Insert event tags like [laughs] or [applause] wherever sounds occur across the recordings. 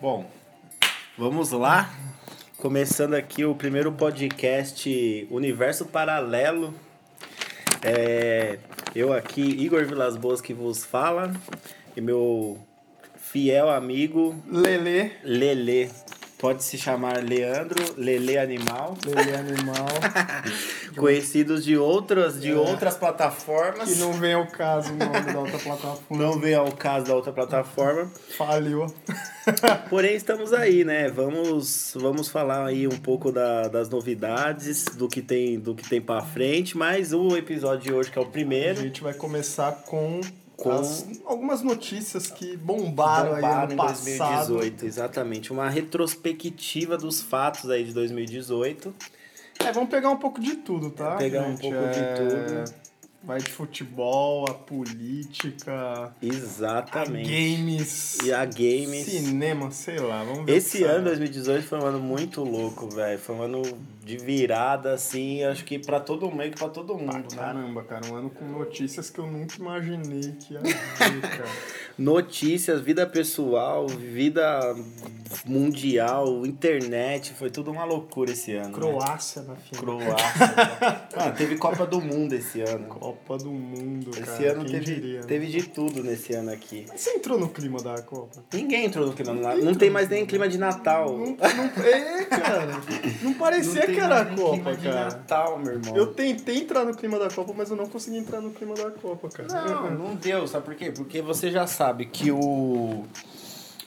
Bom, vamos lá. Começando aqui o primeiro podcast Universo Paralelo. É, eu aqui, Igor Vilas Boas, que vos fala. E meu fiel amigo Lele, Lele. Pode se chamar Leandro, Lele Animal. Lele animal, Conhecidos de outras, de É. outras plataformas. que não vem ao caso o tá nome da outra plataforma. não vem ao caso da outra plataforma. Faliu. Porém, estamos aí, né? Vamos, vamos falar aí um pouco da- das novidades, do que tem do que tem para frente, mas o episódio de hoje, que é o A primeiro, gente vai começar com, Com- as- algumas notícias que bombaram, aí bombado no em passado. 2018, exatamente, uma retrospectiva dos fatos aí de 2018. É, vamos pegar um pouco de tudo, tá? Pegar um gente? pouco de tudo. Vai de futebol, a política, Exatamente. games, E a games. cinema, sei lá, vamos ver. o que Esse sai. ano, 2018, foi um ano muito louco, velho. Foi um ano de virada, assim, acho que pra todo mundo, meio que pra todo Ah, mundo, né? Caramba, cara, um ano com notícias que eu nunca imaginei que ia ter, [laughs] cara. notícias, vida pessoal, vida mundial, internet, foi tudo uma loucura esse ano. Né? Croácia na final. Croácia. né? [laughs] Mano, teve Copa do Mundo esse ano. Copa do Mundo, cara. Esse ano quem teve, diria, né? teve de tudo nesse ano aqui. Mas você entrou no clima da Copa? Ninguém entrou no clima do Natal. Ninguém Não tem entrou. mais nem clima de Natal. é Não, não, é, cara. Não parecia que era a Copa, de cara. Natal, meu irmão. Eu tentei entrar no clima da Copa, mas eu não consegui entrar no clima da Copa, cara. [laughs] Não, não deu. Sabe por quê? Porque você já sabe que o.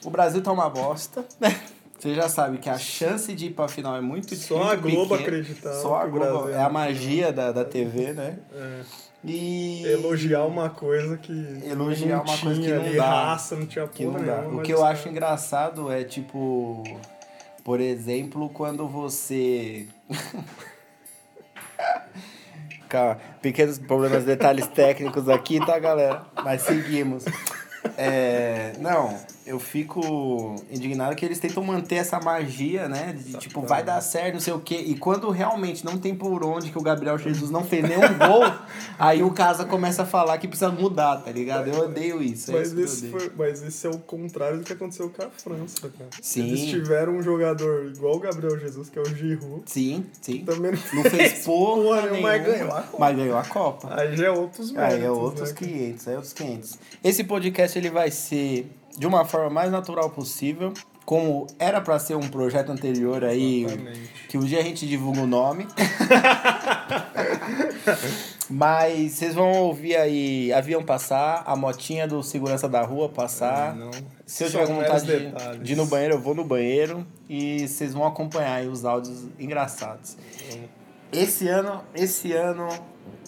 O Brasil tá uma bosta, né? Você já sabe que a chance de ir pra final é muito Só muito a Globo pequena. acreditava Só a que o Globo. Brasil- É a magia da, da TV, né? E. É, Elogiar uma coisa que. Elogiar uma não tinha coisa que não ali, dá. raça, não tinha que porra não dá. nenhuma, né? O mas que eu os acho caras- engraçado é tipo. Por exemplo, quando você. [laughs] Calma, pequenos problemas, detalhes técnicos aqui, tá, galera? Mas seguimos. É, não, eu fico indignado que eles tentam manter essa magia, né? De tipo, vai dar certo, não sei o quê. E quando realmente não tem por onde que o Gabriel Jesus não fez nenhum gol, aí o Casa começa a falar que precisa mudar, tá ligado? Eu odeio isso. é isso Mas que eu esse, odeio. foi, mas esse é o contrário do que aconteceu com a França, cara. Sim. Eles tiveram um jogador igual o Gabriel Jesus, que é o Giroud, Sim, [laughs] sim. também não Não fez porra nenhuma, nenhuma, mas ganhou a Copa. mas ganhou a Copa. Aí já é outros méritos, Aí é outros né, cara? 500, aí é outros 500. Esse podcast ele vai ser de uma forma mais natural possível, como era pra ser um projeto anterior aí, Exatamente. que um dia a gente divulga o [laughs] nome. Mas vocês vão ouvir aí avião passar, a motinha do segurança da rua passar. Não. Se eu Só tiver com meros vontade de, detalhes. de ir no banheiro, eu vou no banheiro e vocês vão acompanhar aí os áudios engraçados. Esse ano, esse ano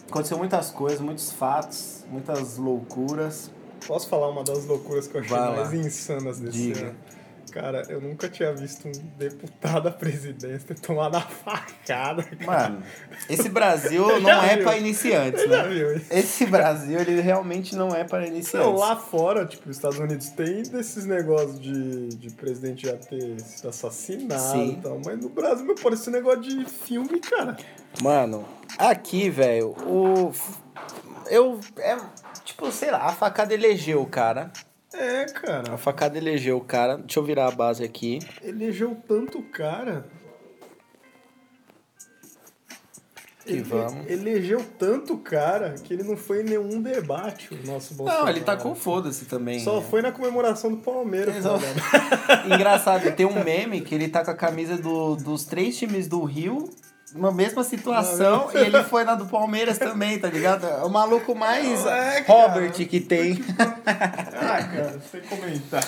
aconteceu muitas coisas, muitos fatos, muitas loucuras. Posso falar uma das loucuras que eu achei Vai lá. mais insanas desse Diga. ano? Cara, eu nunca tinha visto um deputado à presidência tomar na facada, cara. Mano, esse Brasil Você não [laughs] já é viu? pra iniciantes, Você já né? viu isso? Esse Brasil, ele realmente não é para Não, iniciantes. lá fora, tipo, os Estados Unidos tem desses negócios de, de presidente já ter sido assassinado Sim. e tal, mas no Brasil, meu, parece um negócio de filme, cara. Mano, aqui, velho, o. Eu. É, tipo, sei lá, a facada elegeu o cara. É, A cara. facada elegeu o cara. Deixa eu virar a base aqui. Elegeu tanto cara. Que vamos. Elegeu tanto cara que ele não foi em nenhum debate, o nosso Bolsonaro. Não, ele tá com foda-se também. Só né? foi na comemoração do Palmeiras. Exato. tá [laughs] ligado? Engraçado, tem um meme que ele tá com a camisa do- dos três times do Rio, numa mesma situação, e ele foi na do Palmeiras também, tá ligado? É o maluco mais É, cara. Robert que tem. Ah, cara, sem comentar.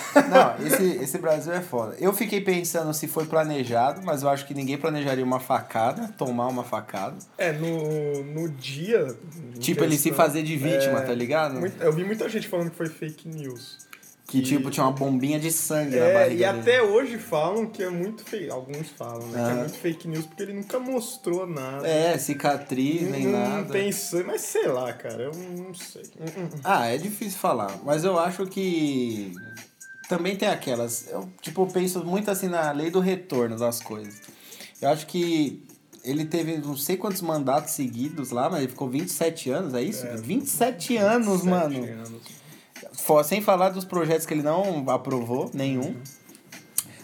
Não, esse, esse Brasil é foda. Eu fiquei pensando se foi planejado, mas eu acho que ninguém planejaria uma facada, tomar uma facada. É, no, no dia. em Tipo, ele se questão, fazer de vítima, é, tá ligado? muito- eu vi muita gente falando que foi fake news. Que tipo, tinha uma bombinha de sangue na É, barriga e dele. até hoje falam que é muito fake. Alguns falam, né? Que Aham. é muito fake news porque ele nunca mostrou nada. É, cicatriz, nem não, nada. Não tem sangue, mas sei lá, cara, eu não sei. Hum, hum. Ah, é difícil falar, mas eu acho que também tem aquelas. Eu, tipo, penso muito assim na lei do retorno das coisas. Eu acho que ele teve não sei quantos mandatos seguidos lá, mas ele ficou 27 anos, é isso? 27 anos, Sete mano. anos. Fo- Sem falar dos projetos que ele não aprovou, nenhum.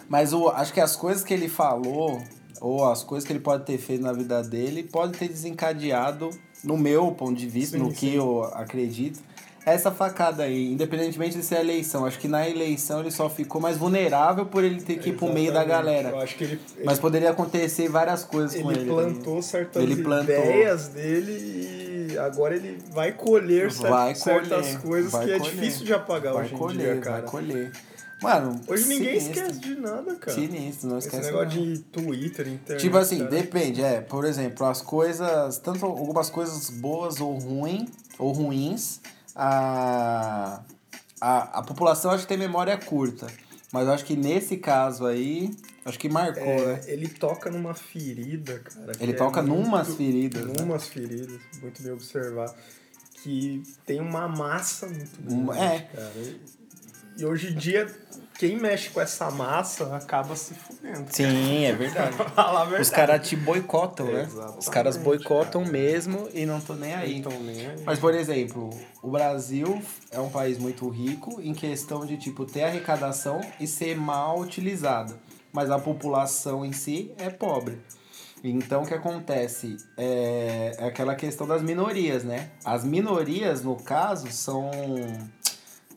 Mas o, acho que as coisas que ele falou, ou as coisas que ele pode ter feito na vida dele, pode ter desencadeado, no meu ponto de vista, Sim, no que sim. eu acredito, essa facada aí, independentemente de ser a eleição. Acho que na eleição ele só ficou mais vulnerável por ele ter que ir pro tipo, meio da Exatamente. Eu galera. acho que ele, ele, Mas poderia acontecer várias coisas com ele ele. plantou certas Ele plantou. ideias dele e agora ele vai colher cer- Vai certas colher, coisas vai que é colher, difícil de apagar vai hoje em colher, dia, cara. Vai colher. Mano, Hoje ninguém sinistro. esquece de nada, cara. Sinistro, não Esse esquece negócio não. de Twitter, internet. Tipo assim, cara. depende, é. Por exemplo, as coisas, tanto algumas coisas boas ou ruim, ou ruins, a, a, a população acho que tem memória curta. Mas eu acho que nesse caso aí, acho que marcou, né? É, ele toca numa ferida, cara. Ele que é toca muito- numas feridas. né? Numas feridas, muito bem observar. Que tem uma massa muito Um- grande, é. cara. E- E hoje em dia, quem mexe com essa massa acaba se fudendo. [laughs] Sim, é verdade. Fala a verdade. Os caras te boicotam, né? Exatamente, Os caras boicotam mesmo e não tô nem é aí. Então, nem aí. Mas, por exemplo, o Brasil é um país muito rico em questão de, tipo, ter arrecadação e ser mal utilizado. Mas a população em si é pobre. Então, o que acontece? É é aquela questão das minorias, né? As minorias, no caso, são...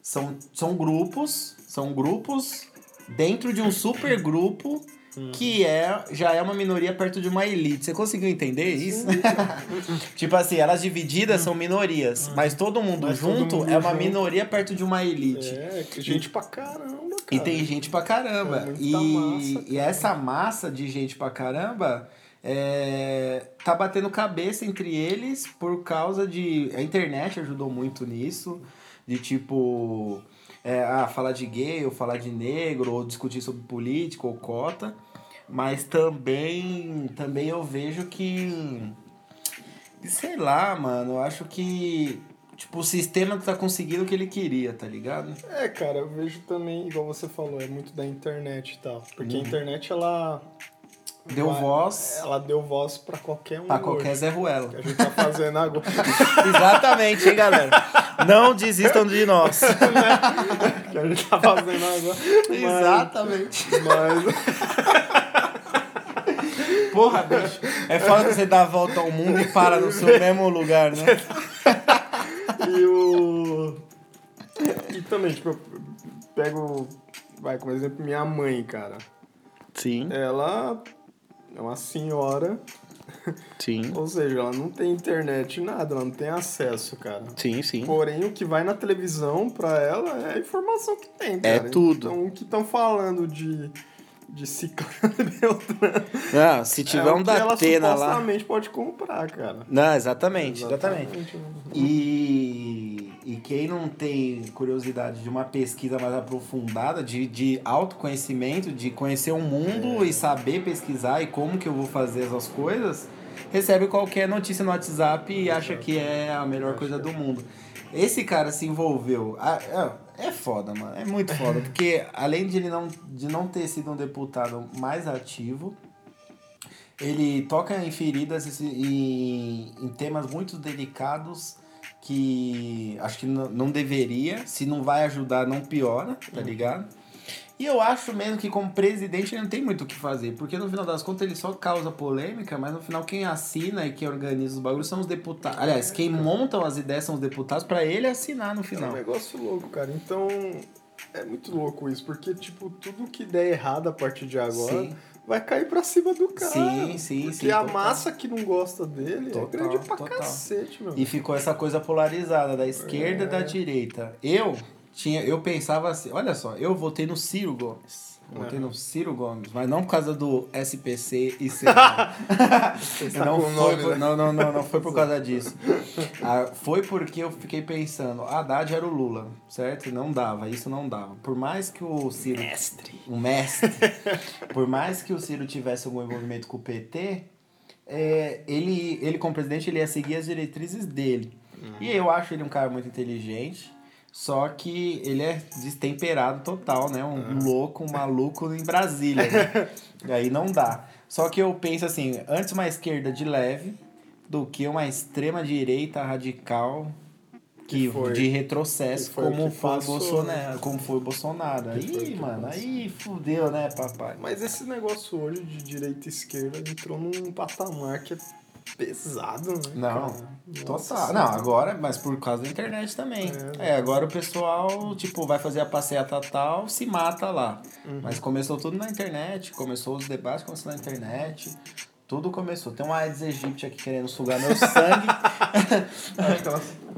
São, são grupos... São grupos dentro de um supergrupo Uhum. que é, já é uma minoria perto de uma elite. Você conseguiu entender isso? [laughs] tipo assim, elas divididas são minorias, mas todo mundo Uhum. Mas todo junto mundo é uma junto. minoria perto de uma elite. É, que gente pra caramba, cara. E tem gente pra É caramba. muita e, massa, e cara. essa massa de gente pra caramba é, tá batendo cabeça entre eles por causa de. A internet ajudou muito nisso. De tipo. é, ah, falar de gay, ou falar de negro, ou discutir sobre política ou cota. Mas também, também eu vejo que. Sei lá, mano, eu acho que. Tipo, o sistema tá conseguindo o que ele queria, tá ligado? É, cara, eu vejo também, igual você falou, é muito da internet e tal. Porque a Uhum. internet, ela. Deu vai- é. voz. Ela deu voz pra qualquer um. Pra hoje. qualquer Zé Ruela. Que a gente tá fazendo agora. Exatamente, hein, galera? Não desistam de nós. que a gente tá fazendo agora. [laughs] Mas- Exatamente. Mas, Porra, bicho. É foda que você dá a volta ao mundo e para no seu mesmo lugar, né? e o. E também, tipo, eu pego. Vai, como exemplo, minha mãe, cara. Sim, Ela é uma senhora, sim, ou seja, ela não tem internet, nada, ela não tem acesso, cara. sim, sim. Porém, o que vai na televisão pra ela é a informação que tem, cara. É tudo. Então, o que estão falando de, de Ciclano e Beltrano Não, se tiver é um o que da ela Atena lá. supostamente pode comprar, cara. Não, exatamente, exatamente. Exatamente. E, e quem não tem curiosidade de uma pesquisa mais aprofundada, de, de autoconhecimento, de conhecer o mundo e saber pesquisar e como que eu vou fazer essas coisas, recebe qualquer notícia no WhatsApp e acha que é a melhor coisa do mundo. Esse cara se envolveu. Ah, é- É foda, mano. É muito [laughs] foda. Porque além de ele não, de não ter sido um deputado mais ativo, ele toca em feridas e se- e em temas muito delicados que acho que não não deveria. Se não vai ajudar, não piora, Uhum. tá ligado? E eu acho mesmo que como presidente ele não tem muito o que fazer, porque no final das contas ele só causa polêmica, mas no final quem assina e quem organiza os bagulhos são os deputados. Aliás, quem montam as ideias são os deputados pra ele assinar no É um final. negócio louco, cara. Então, é muito louco isso, porque, tipo, tudo que der errado a partir de agora Sim. vai cair pra cima do cara. Sim, sim, Porque sim, a total. massa que não gosta dele Total, é grande pra total. cacete, meu. E ficou essa coisa polarizada da esquerda e da direita. Eu tinha, eu pensava assim, olha só, eu votei no Ciro Gomes. Eu Votei no Ciro Gomes, mas não por causa do SPC e C. está não, com foi o nome, por- né? não, não, não, não foi por causa disso. Ah, foi porque eu fiquei pensando, Haddad era o Lula, certo? Não dava, isso não dava. Por mais que o Ciro Mestre. o mestre, por mais que o Ciro tivesse algum envolvimento com o PT, é, ele, ele como presidente, ele ia seguir as diretrizes dele. Uhum. E eu acho ele um cara muito inteligente, só que ele é destemperado total, né? Um Ah. louco, um maluco em Brasília. [laughs] né? E aí não dá. Só que eu penso assim, antes uma esquerda de leve do que uma extrema direita radical que, Que foi- de retrocesso, que foi o como, que foi o passou, né? Bolsonaro, como foi o Bolsonaro. Que foi o Aí, que mano, passou. aí fudeu, né, papai? Mas esse negócio hoje de direita e esquerda entrou num patamar que é pesado, né? Não, cara? Nossa Total. Não, agora, mas por causa da internet também. É. É, agora o pessoal, tipo, vai fazer a passeata tal, se mata lá. Uhum. Mas começou tudo na internet, começou os debates, começou na internet. Tudo começou. Tem uma Aedes aegypti aqui querendo sugar meu [laughs] sangue.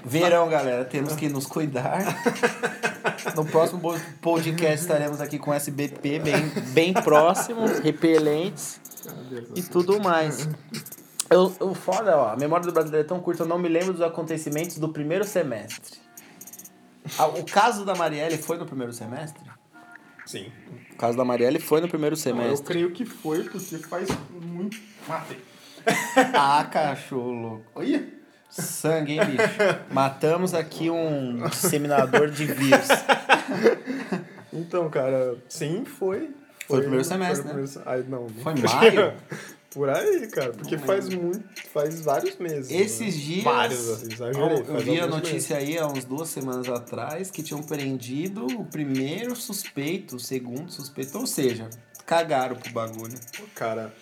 Verão, galera, temos que nos cuidar. [laughs] No próximo bo- [laughs] podcast estaremos aqui com SBP bem, bem próximo, repelentes e tudo mais. Eu, eu foda, ó, a memória do brasileiro é tão curta, eu não me lembro dos acontecimentos do primeiro semestre. Ah, O caso da Marielle foi no primeiro semestre? Sim. O caso da Marielle foi no primeiro Eu creio que foi, porque faz muito. Matei. Ah, cachorro louco. Olha! Sangue, hein, bicho? Matamos aqui um disseminador de vírus. Então, cara, sim, foi. Foi o primeiro semestre, né? o primeiro se- Ai, não. não [laughs] Foi maio? Por aí, cara, porque Não faz muito. Faz vários meses. Esses né? dias. Vários, assim, exagerei. Eu, eu faz vi a alguns notícia aí há uns duas semanas atrás que tinham prendido o primeiro suspeito, o segundo suspeito, ou seja, cagaram pro bagulho. meses. Pô, Cara,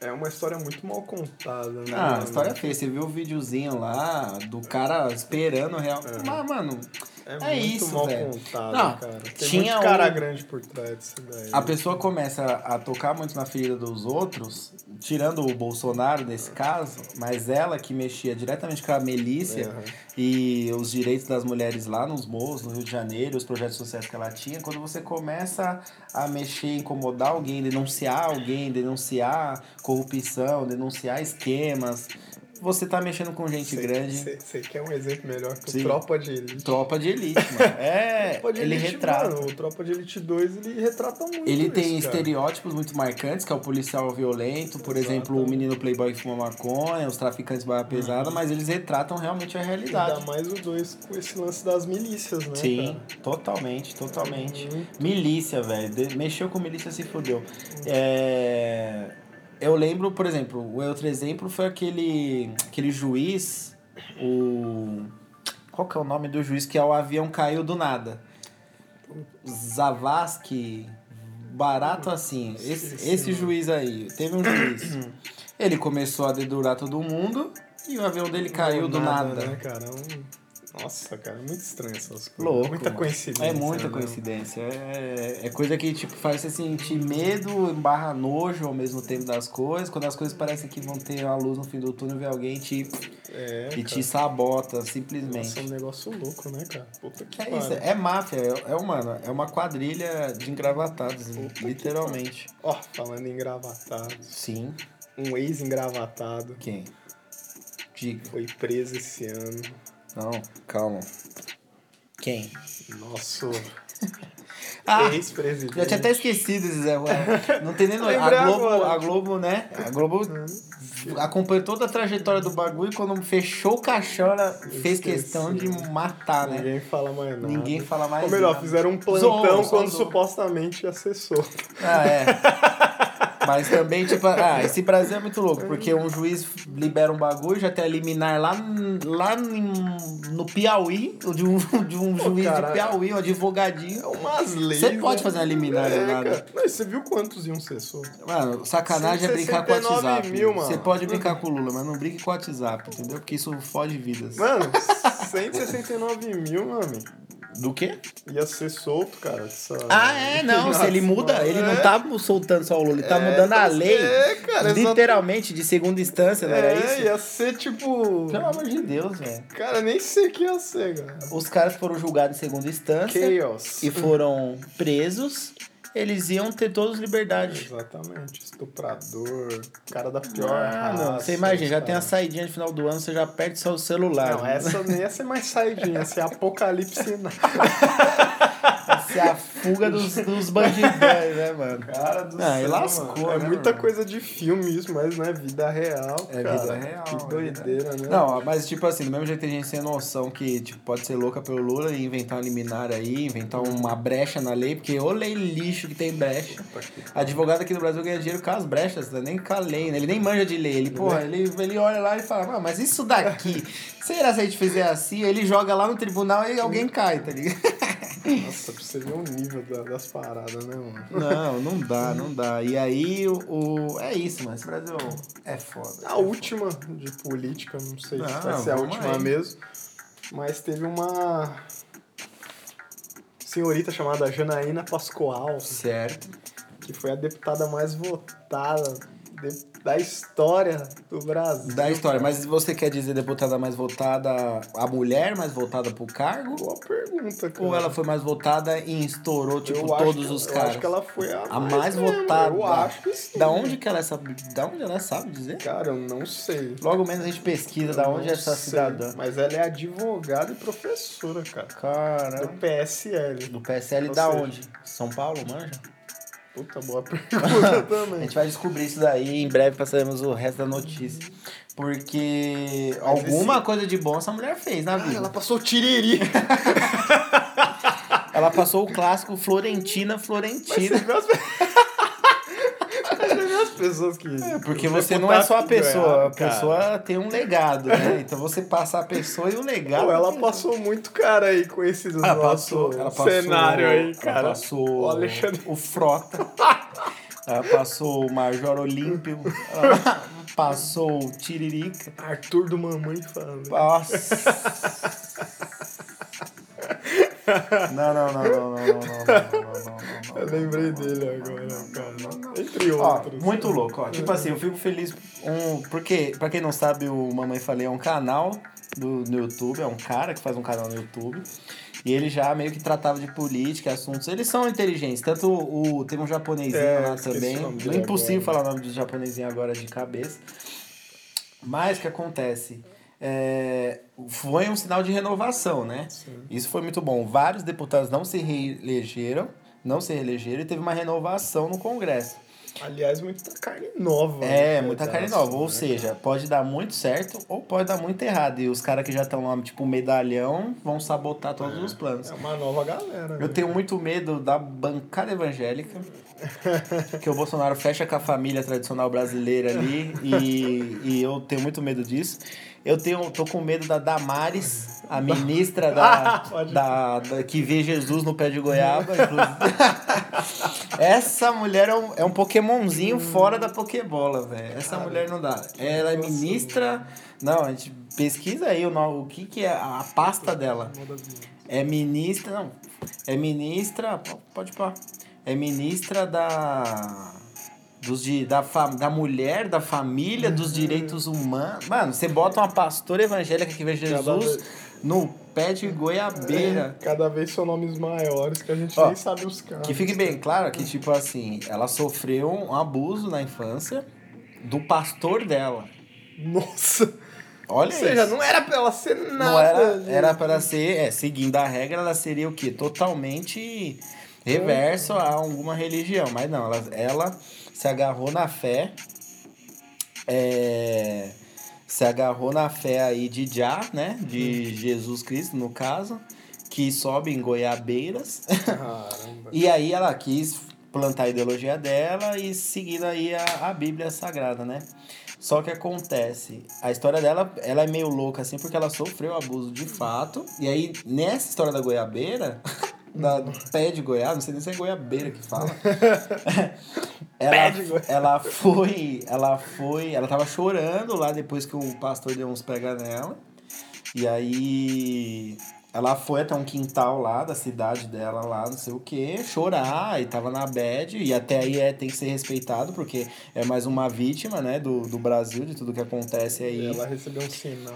é uma história muito mal contada, né? Ah, a mano? história é feia. Você viu o videozinho lá do cara esperando o real. É. Mas, mano, É, é muito isso, mal velho. contado, Não, cara. Tem tinha muito cara um- grande por trás disso daí. né? a pessoa começa a tocar muito na ferida dos outros, tirando o Bolsonaro nesse caso, mas ela que mexia diretamente com a milícia. É. e os direitos das mulheres lá nos morros, no Rio de Janeiro, os projetos sociais que ela tinha, quando você começa a mexer, incomodar alguém, denunciar alguém, denunciar corrupção, denunciar esquemas, você tá mexendo com gente grande. Você quer um exemplo melhor que o Sim. Tropa de Elite? Tropa de elite, [laughs] mano. É, Tropa de ele Elite, retrata. mano, o Tropa de Elite 2, ele retrata muito Ele isso, tem cara. estereótipos muito marcantes, que é o policial violento, por Exato. exemplo, o menino playboy que fuma maconha, os traficantes barra pesada, Uhum. mas eles retratam realmente a Ainda realidade. mais o 2 com esse lance das milícias, né? Sim, cara? totalmente, totalmente. Muito Milícia, velho. De- Mexeu com milícia, se fudeu. É... Eu lembro, por exemplo, o outro exemplo foi aquele, aquele juiz, o... Qual que é o nome do juiz que o avião caiu do nada? Zavascki, barato assim. Esse, esse juiz aí, teve um juiz. Ele começou a dedurar todo mundo e o avião dele caiu do nada. Né, cara? É um- Nossa, cara, é muito estranho essas coisas. Louco, muita mano. coincidência. É muita né? coincidência. É, é coisa que tipo, faz você sentir medo barra nojo ao mesmo tempo das coisas. Quando as coisas parecem que vão ter a luz no fim do túnel, vê alguém te, É, e cara. te sabota, Nossa, é um simplesmente. negócio louco, né, cara? Puta que É isso, pariu. é máfia, é, é, uma, é uma quadrilha de engravatados, literalmente. Ó, falando em engravatados. Sim, Um ex-engravatado quem? Diga. foi preso esse ano. Não, calma. Quem? Nosso Ah, ex-presidente. Eu tinha até esquecido esse Zé Ruela. Não [laughs] tem nem noção. Lembrei A Globo, agora. a Globo, né? A Globo É. acompanhou toda a trajetória do bagulho e quando fechou o caixão, ela fez Esqueci. questão de matar, né? Ninguém fala mais nada. Ninguém fala mais Ou melhor, nada. fizeram um plantão Zoou, só quando zoou. supostamente acessou. Ah, é. Mas também, tipo, ah, esse Brasil é muito louco, porque um juiz libera um bagulho, já tem a liminar lá, n- lá em- no Piauí, de um, de um juiz caralho. de Piauí, um advogadinho. É umas leis. Você pode né? fazer uma liminar É, do nada. cara. Não, e você viu quantos iam ser soltos? Mano, sacanagem é brincar com o 169 WhatsApp. mil, mano. Você pode brincar com o Lula, mas não brinque com o WhatsApp, entendeu? Porque isso fode vidas. [laughs] Mano, 169 mil, mano. Do quê? Ia ser solto, cara. essa- Ah, é, não. Se ele Nossa, muda, mano, ele é. não tá soltando só o Lula, ele tá É, mudando a tá- lei. é, cara, exato. literalmente, de segunda instância, não era É, isso? ia ser tipo. Pelo amor de Deus, velho. Cara, nem sei o que ia ser, cara. Os caras foram julgados em segunda instância Chaos. e foram presos. Eles iam ter todos liberdade. Exatamente, estuprador, cara da pior. Ah, não. raça, Você imagina, já cara. tem a saidinha de final do ano, você já perde só o celular. Não, essa nem ia ser mais saidinha, ia ser apocalipse. na- ser é a fuga dos, dos [laughs] bandidos, né, mano? Cara do Ah, e céu, lascou, mano. É né, muita mano? coisa de filme isso, mas não é vida real, É cara. vida real, é Que doideira, né? Não, mas tipo assim, do mesmo jeito que a gente tem noção que tipo, pode ser louca pelo Lula e inventar um liminar aí, inventar uma brecha na lei, porque ô lei lixo que tá. tem brecha. Advogado aqui no Brasil ganha dinheiro com as brechas, né? nem com a lei, né? Ele nem manja de lei. Ele, porra, ele, ele olha lá e fala, "Ah, mas isso [laughs] daqui, será se a gente fizer assim? Aí Ele joga lá no tribunal e alguém cai, tá ligado? Nossa, pra você ver o nível da- das paradas, né, mano? [laughs] Não, não dá, não dá. E aí o. o- É isso, mano. Esse Brasil é foda. A última de política, não sei Ah, se vai ser a vamos última aí. mesmo, mas teve uma senhorita chamada Janaína Pascoal, Certo. que foi a deputada mais votada de- da história do Brasil. Da história, mas você quer dizer deputada mais votada, a mulher mais votada pro cargo? Boa pergunta, cara. Ou ela foi mais votada e estourou, tipo, Eu acho todos que- os eu caras? acho que ela foi a, A mais, mais mesmo, votada. Eu acho que sim. Da onde que ela é sabe? Da onde ela sabe dizer? Cara, eu não sei. Logo menos a gente pesquisa da Eu onde não é essa sei, cidadã. Mas ela é advogada e professora, cara. Do Cara. PSL. Do PSL Ou da seja- onde? São Paulo, manja? Puta [laughs] boa pergunta A também. gente vai descobrir isso daí em breve passaremos o resto da notícia. Porque Mas alguma coisa de bom essa mulher fez na vida. ela [laughs] passou tiriri. Ela passou o clássico Florentina, Florentina. Você viu as, Você viu as pessoas que. Porque os você não é só a deputados que pessoa, a ganharam, cara. pessoa tem um legado, né? Então você passa a pessoa e o legado. Pô, ela passou muito cara aí com esse do Ela nosso Ah, passou, ela passou cenário aí, Ela cara. passou O Alexandre. o Frota. ela passou o Major Olímpio. Ela passou o Tiririca. Arthur do Mamãe falando. Nossa. Não, não, não, não, não, não, não, não, não, não, não. Eu lembrei dele agora, cara. Entre Ó, outros. muito louco, ó. Tipo assim, eu fico feliz. Um, porque, pra quem não sabe, o Mamãe Falei é um canal do, no YouTube, é um cara que faz um canal no YouTube. E ele já meio que tratava de política, assuntos. Eles são inteligentes. Tanto o. o- Tem um japonesinho É, lá esqueci também. o nome Não é dele impossível agora. falar o nome do japonesinho agora de cabeça. Mas o que acontece? É, foi um sinal de renovação, né? Sim. Isso foi muito bom. Vários deputados não se reelegeram, não se reelegeram e teve uma renovação no Congresso. Aliás, muita carne nova. É, né, muita pedaço, carne nova. Ou né? seja, pode dar muito certo ou pode dar muito errado. E os caras que já estão lá, tipo, medalhão, vão sabotar todos os planos. É uma nova galera. Eu né? tenho muito medo da bancada evangélica. que o Bolsonaro fecha com a família tradicional brasileira ali. E, e eu tenho muito medo disso. Eu tenho, tô com medo da Damares, a ministra da, Pode da, da- que vê Jesus no pé de goiaba. inclusive. Essa mulher é um, é um Pokémonzinho fora da Pokébola, velho. Essa mulher não dá. Ela é nossa, ministra. Não, a gente pesquisa aí o, no- o que, que é a pasta dela. Moda vinda. É ministra. Não. É ministra. po- Pode pá. É ministra da. Dos, di- da, fam, da mulher, da família, Uhum. dos direitos humanos. Mano, você bota uma pastora evangélica que vê Cada Jesus vez- no pé de goiabeira. Cada vez são nomes maiores que a gente Ó, nem sabe os caras. Que fique bem claro que, tipo assim, ela sofreu um abuso na infância do pastor dela. Nossa! Olha Ou seja, isso. não era pra ela ser nada. Não era, gente. era para ser, é, seguindo a regra, ela seria o quê? Totalmente reverso a alguma religião. Mas não, ela, ela se agarrou na fé. é, se agarrou na fé aí de Jah, né? De Uhum. Jesus Cristo, no caso, que sobe em goiabeiras. Caramba. E aí ela quis plantar a ideologia dela e seguindo aí a, a Bíblia Sagrada, né? Só que acontece, a história dela, ela é meio louca assim, porque ela sofreu abuso de fato. E aí, nessa história da goiabeira, [laughs] da do pé de goiaba, não sei nem se é goiabeira que [laughs] fala. Pé ela, de goiaba. ela foi, ela foi, ela tava chorando lá depois que o pastor deu uns pega nela. E aí ela foi até um quintal lá da cidade dela, lá, não sei o que, chorar, e tava na bad, e até aí é, tem que ser respeitado, porque é mais uma vítima, né, do, do Brasil, de tudo que acontece aí. E ela recebeu um sinal.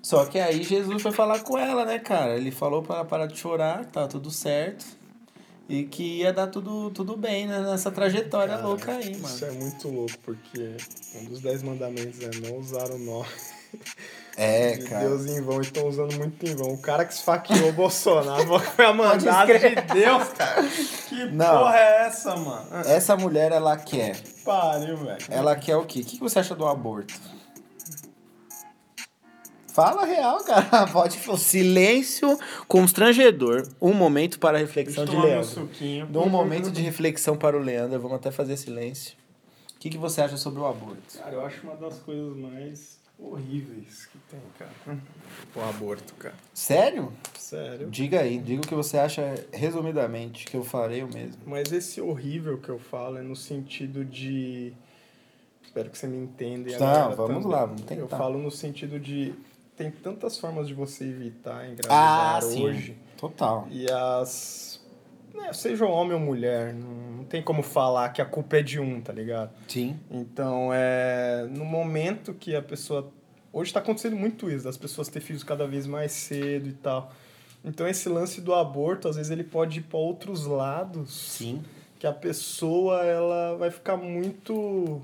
Só que aí Jesus foi falar com ela, né, cara? Ele falou pra ela parar de chorar, que tava tudo certo. E que ia dar tudo, tudo bem, né? Nessa trajetória Cara, louca aí, mano. Isso é muito louco, porque um dos dez mandamentos é não usar o nome É, Meu cara. Deus em vão, estão usando muito em vão. O cara que esfaqueou o [laughs] Bolsonaro foi a mandada Pode de crer. Deus, cara. Que Não. porra é essa, mano? Ah, Essa mulher, ela quer. Pariu, velho. Ela quer o quê? O que que você acha do aborto? Fala real, cara. [laughs] Pode falar. Silêncio constrangedor. Um momento para a reflexão de Tomar meu Leandro. suquinho. Uhum. Dou um momento de reflexão para o Leandro. Vamos até fazer silêncio. O que, que você acha sobre o aborto? Cara, eu acho uma das coisas mais horríveis que tem, cara. O aborto, cara. Sério? Sério. Diga aí. Diga o que você acha resumidamente, que eu farei o mesmo. Mas esse horrível que eu falo é no sentido de. Espero que você me entenda. e a Não, galera vamos também. lá, vamos tentar. Eu falo no sentido de. Tem tantas formas de você evitar engravidar Ah, sim. hoje. Total. E as. né, seja homem ou mulher, não, não tem como falar que a culpa é de um, tá ligado? Sim. Então, é. No momento que a pessoa. Hoje tá acontecendo muito isso, das pessoas ter filhos cada vez mais cedo e tal. Então, esse lance do aborto, às vezes, ele pode ir pra outros lados Sim. que a pessoa ela vai ficar muito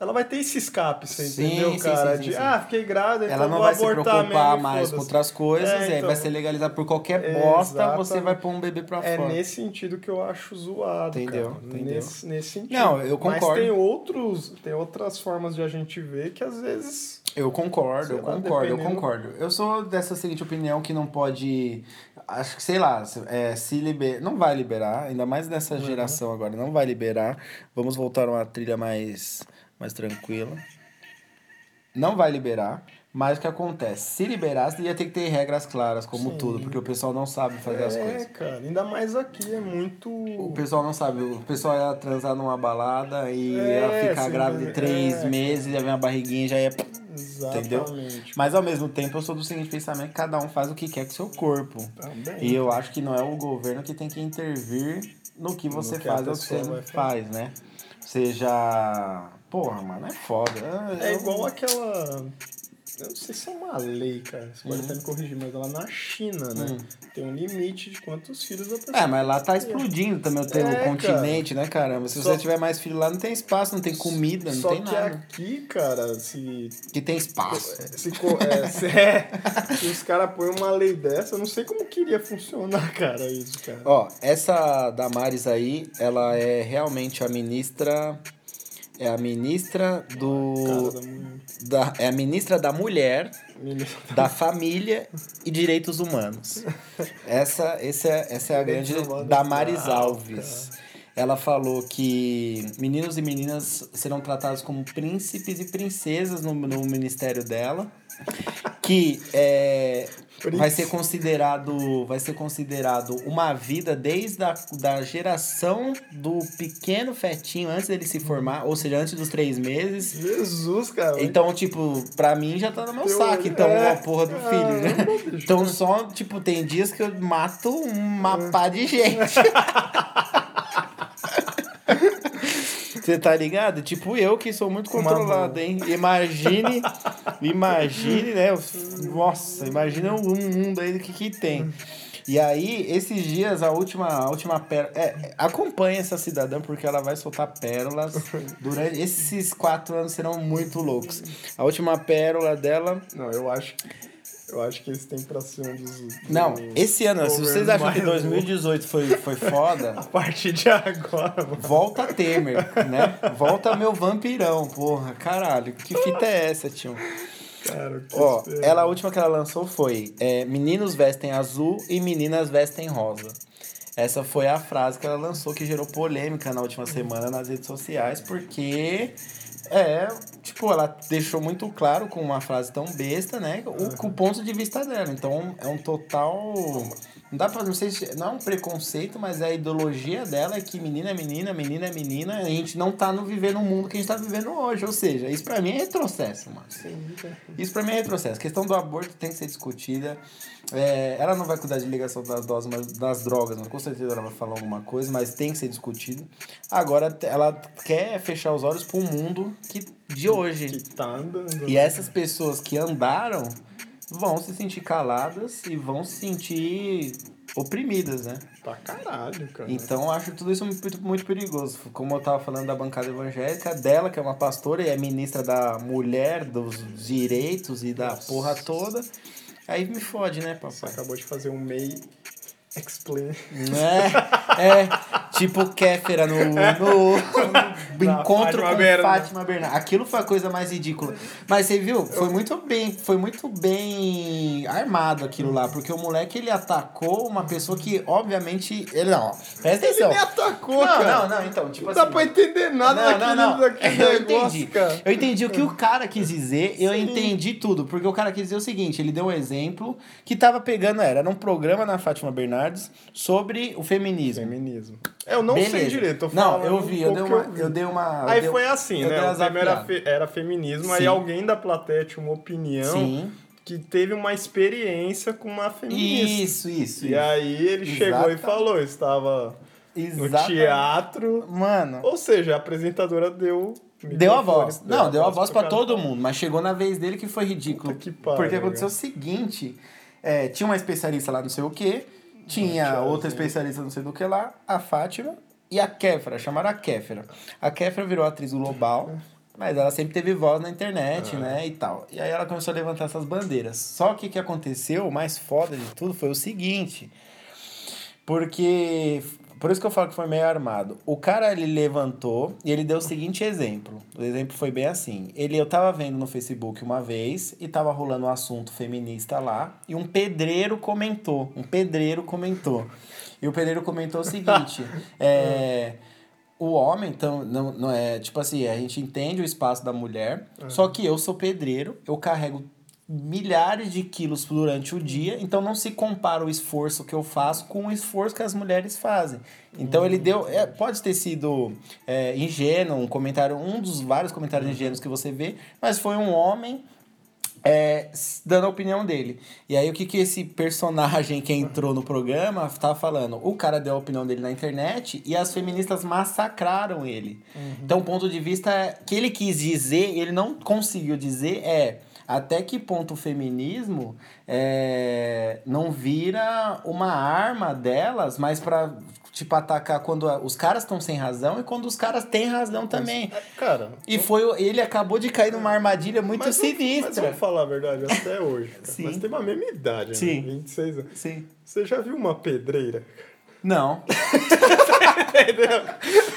ela vai ter esse escape, você Sim, entendeu, sim, cara? sim, de sim, sim. ah, fiquei grávida, Ela então não vou vai se abortar preocupar mesmo, e mais com foda-se." outras coisas, e É, aí então. vai ser legalizada por qualquer É, bosta, você exatamente. vai pôr um bebê pra É fora. nesse sentido que eu acho zoado, Entendeu, cara. entendeu. Nesse, nesse sentido. Não, eu Mas concordo. tem outros, tem outras formas de a gente ver que às vezes Eu concordo, Sei eu lá, concordo, eu dependendo- concordo. Eu sou dessa seguinte opinião que não pode. Acho que, sei lá, se- é, se liber... não vai liberar, ainda mais nessa Uhum. geração agora, não vai liberar. Vamos voltar a uma trilha mais, mais tranquila. Não vai liberar, mas o que acontece? Se liberasse, ia ter que ter regras claras, como Sim. tudo, porque o pessoal não sabe fazer é, as coisas. cara, ainda mais aqui é muito O pessoal não sabe, o pessoal ia transar numa balada e É, ia ficar sim, grávida de três é. meses, ia ver uma barriguinha e já ia. Entendeu? exatamente. Mas ao mesmo tempo eu sou do seguinte pensamento: que cada um faz o que quer com o seu corpo. Também. E eu acho que não é o governo que tem que intervir no que você que a faz ou que pessoa você não vai faz, né? Seja. Porra, mano, é foda. Ah, É eu- igual aquela. Eu não sei se é uma lei, cara. Você pode Uhum. até me corrigir, mas ela é na China, né? Tem um limite de quantos filhos a pessoa. Hum. É, mas lá tá explodindo também o teu É, cara. continente, né, caramba? Se Só- você tiver mais filho lá, não tem espaço, não tem comida, não Só tem que nada. aqui, cara, se. Que tem espaço. se, co- é, se, é, se os caras põem uma lei dessa, eu não sei como queria funcionar, cara, isso, cara. Ó, essa Damares aí, ela é realmente a ministra. É a ministra Cara do. da mulher. Da, é a ministra da mulher, Menina. da família e direitos humanos. Essa, esse é, essa é a grande Direitos humanos, Damares ah, Alves. Ela falou que meninos e meninas serão tratados como príncipes e princesas no, no ministério dela. Que é, Príncipe. vai ser considerado vai ser considerado uma vida desde a da geração do pequeno fetinho antes dele se formar, ou seja, antes dos três meses. Jesus, cara. Então, tipo, pra mim já tá no meu Teu- saco, então, é, a porra do é, filho, né? não, bicho. Então, só, tipo, tem dias que eu mato É. uma pá de gente. [laughs] Você tá ligado? Tipo eu que sou muito Uma controlado, hein? Imagine, imagine, né? Nossa, imagina o um mundo aí do que que tem. E aí, esses dias, a última, a última pérola. É, acompanha essa cidadã, porque ela vai soltar pérolas durante. Esses quatro anos serão muito loucos. A última pérola dela Não, eu acho que. Eu acho que esse tem pra ser um dos. dos- não, esse ano, se governos vocês acham que mais 2018 foi, foi A foda, partir de agora, [laughs] mano. volta Temer, né? Volta meu vampirão, porra, caralho. Que fita é essa, tio? Cara, que [laughs] Ó, esperança. ela, a última que ela lançou foi é, Meninos vestem azul e meninas vestem rosa. Essa foi a frase que ela lançou que gerou polêmica na última semana nas redes sociais, porque é, tipo, ela deixou muito claro com uma frase tão besta, né? O, com o ponto de vista dela. Então é um total. Não dá pra. Não sei se. Não é um preconceito, mas é a ideologia dela é que menina é menina, menina é menina, a gente não tá no vivendo o mundo que a gente tá vivendo hoje. Ou seja, isso pra mim é retrocesso, mano. Sim, cara. Isso pra mim é retrocesso. A questão do aborto tem que ser discutida. É, ela não vai cuidar de ligação das, doses, mas, das drogas, mas com certeza ela vai falar alguma coisa, mas tem que ser discutido. Agora, t- ela quer fechar os olhos pro mundo que, de hoje. que tá andando. E essas pessoas que andaram vão se sentir caladas e vão se sentir oprimidas, né? Pra caralho, cara. Então eu acho tudo isso muito, muito perigoso. Como eu tava falando da bancada evangélica, dela, que é uma pastora e é ministra da mulher, dos direitos e da porra toda. Aí me fode, né, Você papai? acabou de fazer um MEI explain. É, é tipo Kéfera no, no, [laughs] no Na encontro Fátima com Bernardo. Fátima Bernardo. Aquilo foi a coisa mais ridícula. Mas você viu? Foi muito bem, foi muito bem armado aquilo lá, porque o moleque ele atacou uma pessoa que obviamente ele não. Presta atenção. [laughs] Me atacou, Não, não, cara. não, então, tipo Não assim, dá pra entender nada daquele, daquele eu negócio, entendi. cara. Eu entendi o que o cara quis dizer, eu entendi tudo. Porque o cara quis dizer o seguinte, ele deu um exemplo que tava pegando, era, era um programa na Fátima Bernardes sobre o feminismo. Feminismo. É, eu não sei Beleza. direito. Eu Não, falo eu um vi, eu pouco dei que uma. Eu dei uma Aí dei- um- foi assim, eu dei né? uma O tema era, zapeada. fe- era feminismo, aí Sim. alguém da plateia tinha uma opinião Sim. que teve uma experiência com uma feminista. Isso, isso. E aí ele chegou e Exatamente. falou, estava isso. no Exatamente. teatro. Mano. Ou seja, a apresentadora deu. Deu a microfone, voz. Não, deu a voz pra cara. É, todo mundo, mas chegou na vez dele que foi ridículo. Puta que pariu, porque aconteceu o seguinte: é, tinha uma especialista lá, não sei o quê, tinha outra especialista, não sei do que lá, a Fátima e a Kéfera, chamaram a Kéfera. A Kéfera virou atriz global, mas ela sempre teve voz na internet, né, e tal. E aí ela começou a levantar essas bandeiras. Só que o que aconteceu, o mais foda de tudo, foi o seguinte. Porque. Por isso que eu falo que foi meio armado. O cara ele levantou e ele deu o seguinte exemplo. O exemplo foi bem assim. Ele eu tava vendo no Facebook uma vez e tava rolando um assunto feminista lá e um pedreiro comentou, um pedreiro comentou. E o pedreiro comentou o seguinte, é, o homem então não, não é, tipo assim, a gente entende o espaço da mulher, só que eu sou pedreiro, eu carrego milhares de quilos durante o dia, então não se compara o esforço que eu faço com o esforço que as mulheres fazem. Então ele deu, é, pode ter sido é, ingênuo, um comentário, um dos vários comentários ingênuos que você vê, mas foi um homem é, s- dando a opinião dele. E aí, o que, que esse personagem que entrou no programa tava falando? O cara deu a opinião dele na internet e as feministas massacraram ele. Uhum. Então, o ponto de vista que ele quis dizer, ele não conseguiu dizer, é até que ponto o feminismo é, não vira uma arma delas, mas para tipo atacar quando a- os caras estão sem razão e quando os caras têm razão também. Cara. E foi o- ele acabou de cair numa armadilha muito mas vamos- Mas sinistra. vamos falar a verdade, até hoje. Cara. Sim. Mas tem uma mesma idade, né? Sim. 26 anos. Sim. Você já viu uma pedreira? [laughs] Não. Entendeu?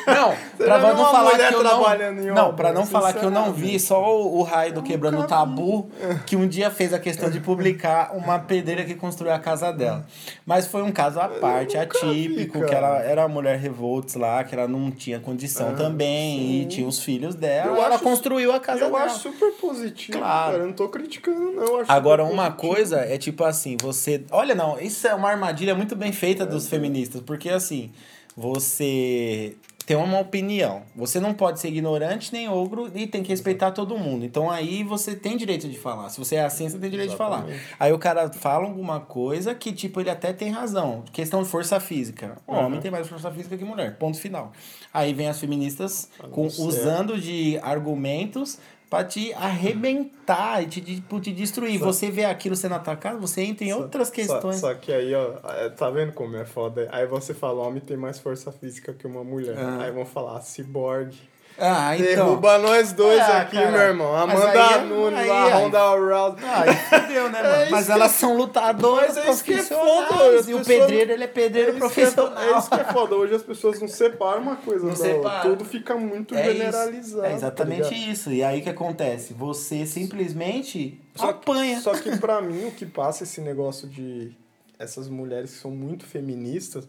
Não, pra já viu não uma falar mulher que eu trabalhando em não. Não, obra? pra não falar que eu não Sinceramente. vi só o, o raio do quebrando o nunca tabu que um dia fez a questão [laughs] de publicar uma pedreira que construiu a casa dela. Mas foi um caso à parte, nunca vi, atípico, cara. Ah, que ela era uma mulher revolts lá, que ela não tinha condição também e tinha os filhos dela. Eu e ela acho- construiu a casa Eu dela. acho super positivo, Claro. cara. Eu não tô criticando, não. Eu acho Agora, super uma positivo. coisa é tipo assim, você. Olha, não, isso é uma armadilha muito bem feita É. dos feministas, porque assim, você tem uma opinião. Você não pode ser ignorante nem ogro e tem que respeitar todo mundo. Então aí você tem direito de falar. Se você é assim, você tem direito de falar. Exatamente. Aí o cara fala alguma coisa que, tipo, ele até tem razão. Questão de força física. O homem tem mais força física que mulher. Ponto final. Aí vem as feministas com, Anunciar. usando de argumentos pra te arrebentar e te, tipo, te destruir. Você vê aquilo sendo atacado, você entra em outras Só- questões. Só, que aí, ó, é, tá vendo como é foda? Aí você fala, homem tem mais força física que uma mulher. Ah. Aí vão falar, ciborgue. Ah, então. Derruba nós dois Ah, aqui, cara. meu irmão. Mas Amanda aí é- Nunes, aí a é- Ronda Rousey. Aí fudeu, [laughs] né, mano? É isso Mas que- elas são lutadoras Mas é isso que é profissionais. foda, as e o pessoas- pedreiro, ele é pedreiro isso que é fo- profissional. [laughs] É isso que é foda. Hoje as pessoas não separam uma coisa Não da outra. separa. Tudo fica muito É isso. generalizado. É exatamente tá ligado? isso. E aí o que acontece? Você simplesmente Só que- apanha. Só que pra mim o que passa esse negócio de essas mulheres que são muito feministas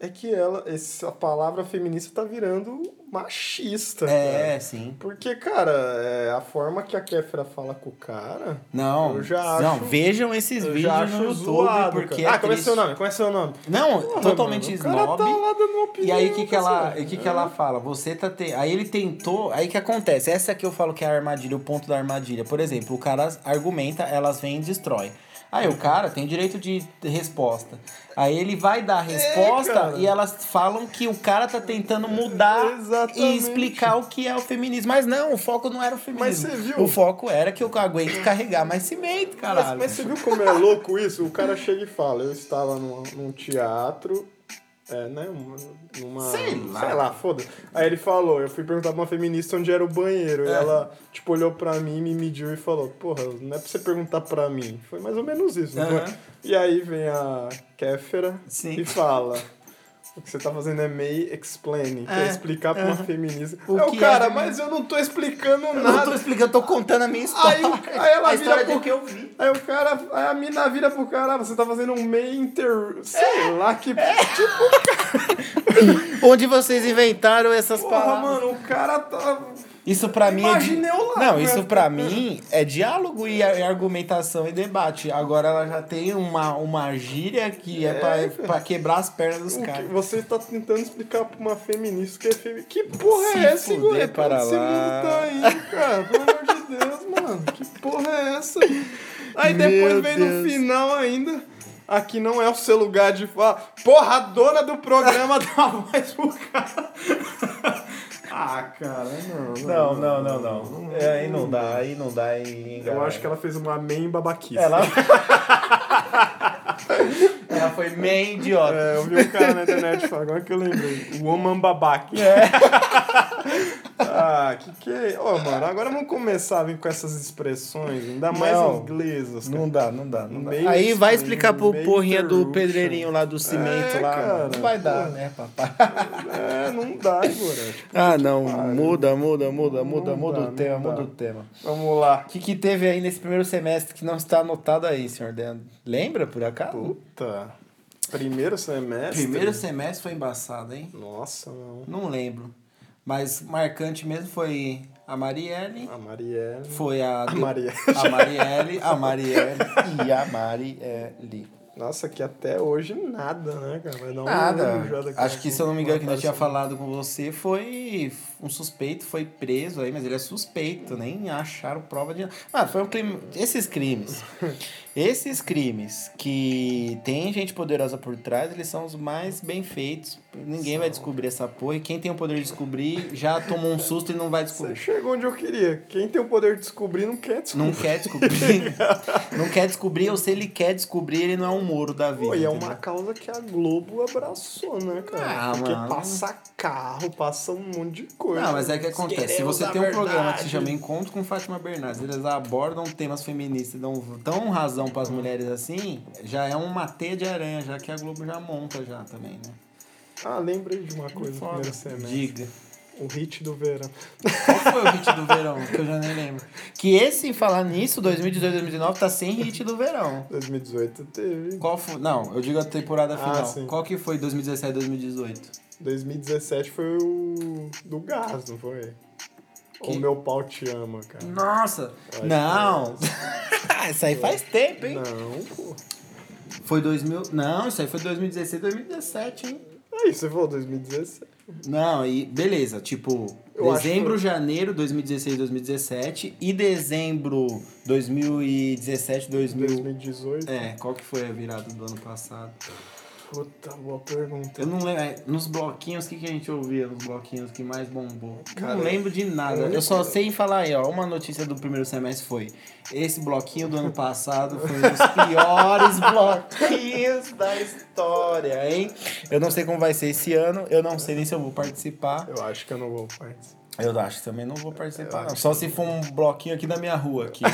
é que ela, essa palavra feminista tá virando machista. cara. É, sim. Porque, cara, é, a forma que a Kéfera fala com o cara. Não, Eu já não acho- vejam esses Eu vídeos já acho no YouTube zoado, porque cara. é ah, como é seu triste. nome? Como é seu nome? Não, Porra, totalmente mano, O cara snob. tá lá dando uma E opinião. aí o que que ela, pessoal. o que que ela fala? Você tá te... aí ele tentou, aí o que acontece? Essa que eu falo que é a armadilha, o ponto da armadilha. Por exemplo, o cara argumenta, elas vêm e destrói. Aí o cara tem direito de resposta. Aí ele vai dar a resposta É, cara. e elas falam que o cara tá tentando mudar e Exatamente. explicar o que é o feminismo. Mas não, o foco não era o feminismo. você viu? O foco era que eu aguento carregar mais cimento, Mas, caralho. mas você viu como é louco isso? O cara chega e fala, eu estava num, num teatro, é, né? uma- Numa, Sei lá. Sei lá, foda Aí ele falou, eu fui perguntar pra uma feminista onde era o banheiro. E É. ela, tipo, olhou pra mim, me mediu e falou, porra, não é pra você perguntar pra mim. Foi mais ou menos isso, não Aham. foi? E aí vem a Kéfera Sim. e fala. O que você tá fazendo é meio explaining, que é, É, explicar pra uma feminista. O é o que é cara, feminismo? mas eu não tô explicando Eu nada. não tô explicando, eu tô contando a minha Aí, história. o- aí ela a vira história pro... do que eu vi. Aí o cara, aí a mina vira pro cara, ah, você tá fazendo um meio inter... Sei lá que... Tipo, Onde vocês inventaram essas porra, palavras? mano, o cara tá... Isso pra mim é de- Imaginei o lado, Não, né? isso pra mim é diálogo e a- e argumentação e debate. Agora ela já tem uma, uma gíria que é, pra, É, pra quebrar as pernas dos O que- caras. você tá tentando explicar pra uma feminista que é feminista. Que porra Se é essa, fuder Igor? para Esse lá. mundo tá aí, cara. Pelo amor de Deus, mano. Que porra é essa? Aí depois Meu vem no Deus. final ainda. Aqui não é o seu lugar de falar. Porra, a dona do programa [laughs] dá a voz pro cara. ah, cara, não. Não, não, não, não. É, aí não dá, aí não dá. Aí Eu acho que ela fez uma amém babaquice. [laughs] ela. Ela foi meio idiota. É, eu vi um cara na internet falar, agora que eu lembrei. Woman babaca. É. [laughs] ah, que que é? Ó, mano, agora vamos começar a vir com essas expressões, ainda mais Não. inglesas. cara. Não dá, não dá, não dá. Meio Aí vai estranho, explicar pro meio porrinha do interruption. pedreirinho lá do cimento É, lá. cara. Não vai dar, né, papai? É, não dá, Igor. Ah, não. Muda, muda, muda, muda, Não muda dá, o tema, não dá. muda o tema. Vamos lá. O que, que teve aí nesse primeiro semestre que não está anotado aí, senhor Deandro? Lembra, por acaso? Puta. Primeiro semestre? Primeiro semestre foi embaçado, hein? Nossa, não. Não lembro. Mas marcante mesmo foi a Marielle. A Marielle. Foi a. A Marielle. A Marielle, a Marielle [laughs] e a Marielle. Nossa, que até hoje nada, né, cara? Vai dar um Nada. olho já daqui a Acho que, pouco. se eu não me engano, que eu já tinha Aparece um- falado com você, foi um suspeito, foi preso aí, mas ele é suspeito, nem acharam prova de. Ah, foi um crime. Esses [laughs] crimes. Esses crimes que tem gente poderosa por trás, eles são os mais bem feitos. Ninguém vai descobrir essa porra. E quem tem o poder de descobrir já tomou um susto e não vai Você descobrir. chegou onde eu queria. Quem tem o poder de descobrir não quer descobrir. Não quer [laughs] descobrir. não quer descobrir, ou se ele quer descobrir, ele não é um muro da vida. Pô, e é uma entendeu? causa que a Globo abraçou, né, cara? Ah, Porque mano. passa carro, passa um monte de coisa. Não, mas é que acontece. Se Queremos você a tem um programa que se verdade. chama Encontro com Fátima Bernardes, eles abordam temas feministas e dão tão razão Uhum. pras mulheres assim, já é uma teia de aranha, já que a Globo já monta já também, né? Ah, lembrei de uma coisa do Foda. primeiro semestre. Diga. O hit do verão. Qual foi o hit do verão? Que eu já nem lembro. Que esse, falar nisso, 2018, 2019, tá sem hit do verão. 2018 teve. Qual foi? Não, eu digo a temporada Ah, final. sim. Qual que foi 2017, 2018? 2017 foi o do gás, não foi? O Que- meu pau te ama, cara. Nossa! Acho Não! [laughs] Isso aí faz tempo, hein? Não, pô. Foi 2000. Não, isso aí foi 2016, 2017, hein? Aí, você falou 2017. Não, e beleza, tipo, Eu acho dezembro, que- janeiro 2016, 2017 e dezembro 2017, 2000. 2018. É, qual que foi a virada do ano passado? Puta, boa pergunta. Eu não lembro. é, Nos bloquinhos, o que, que a gente ouvia nos bloquinhos que mais bombou? Cara, não lembro de nada. eu- Eu só sei falar aí, ó. Uma notícia do primeiro semestre foi: esse bloquinho do ano passado foi um dos piores bloquinhos da história, hein? Eu não sei como vai ser esse ano, eu não sei nem se eu vou participar. Eu acho que eu não vou participar. Eu acho que também não vou participar. acho não. Só se for um bloquinho aqui da minha rua aqui.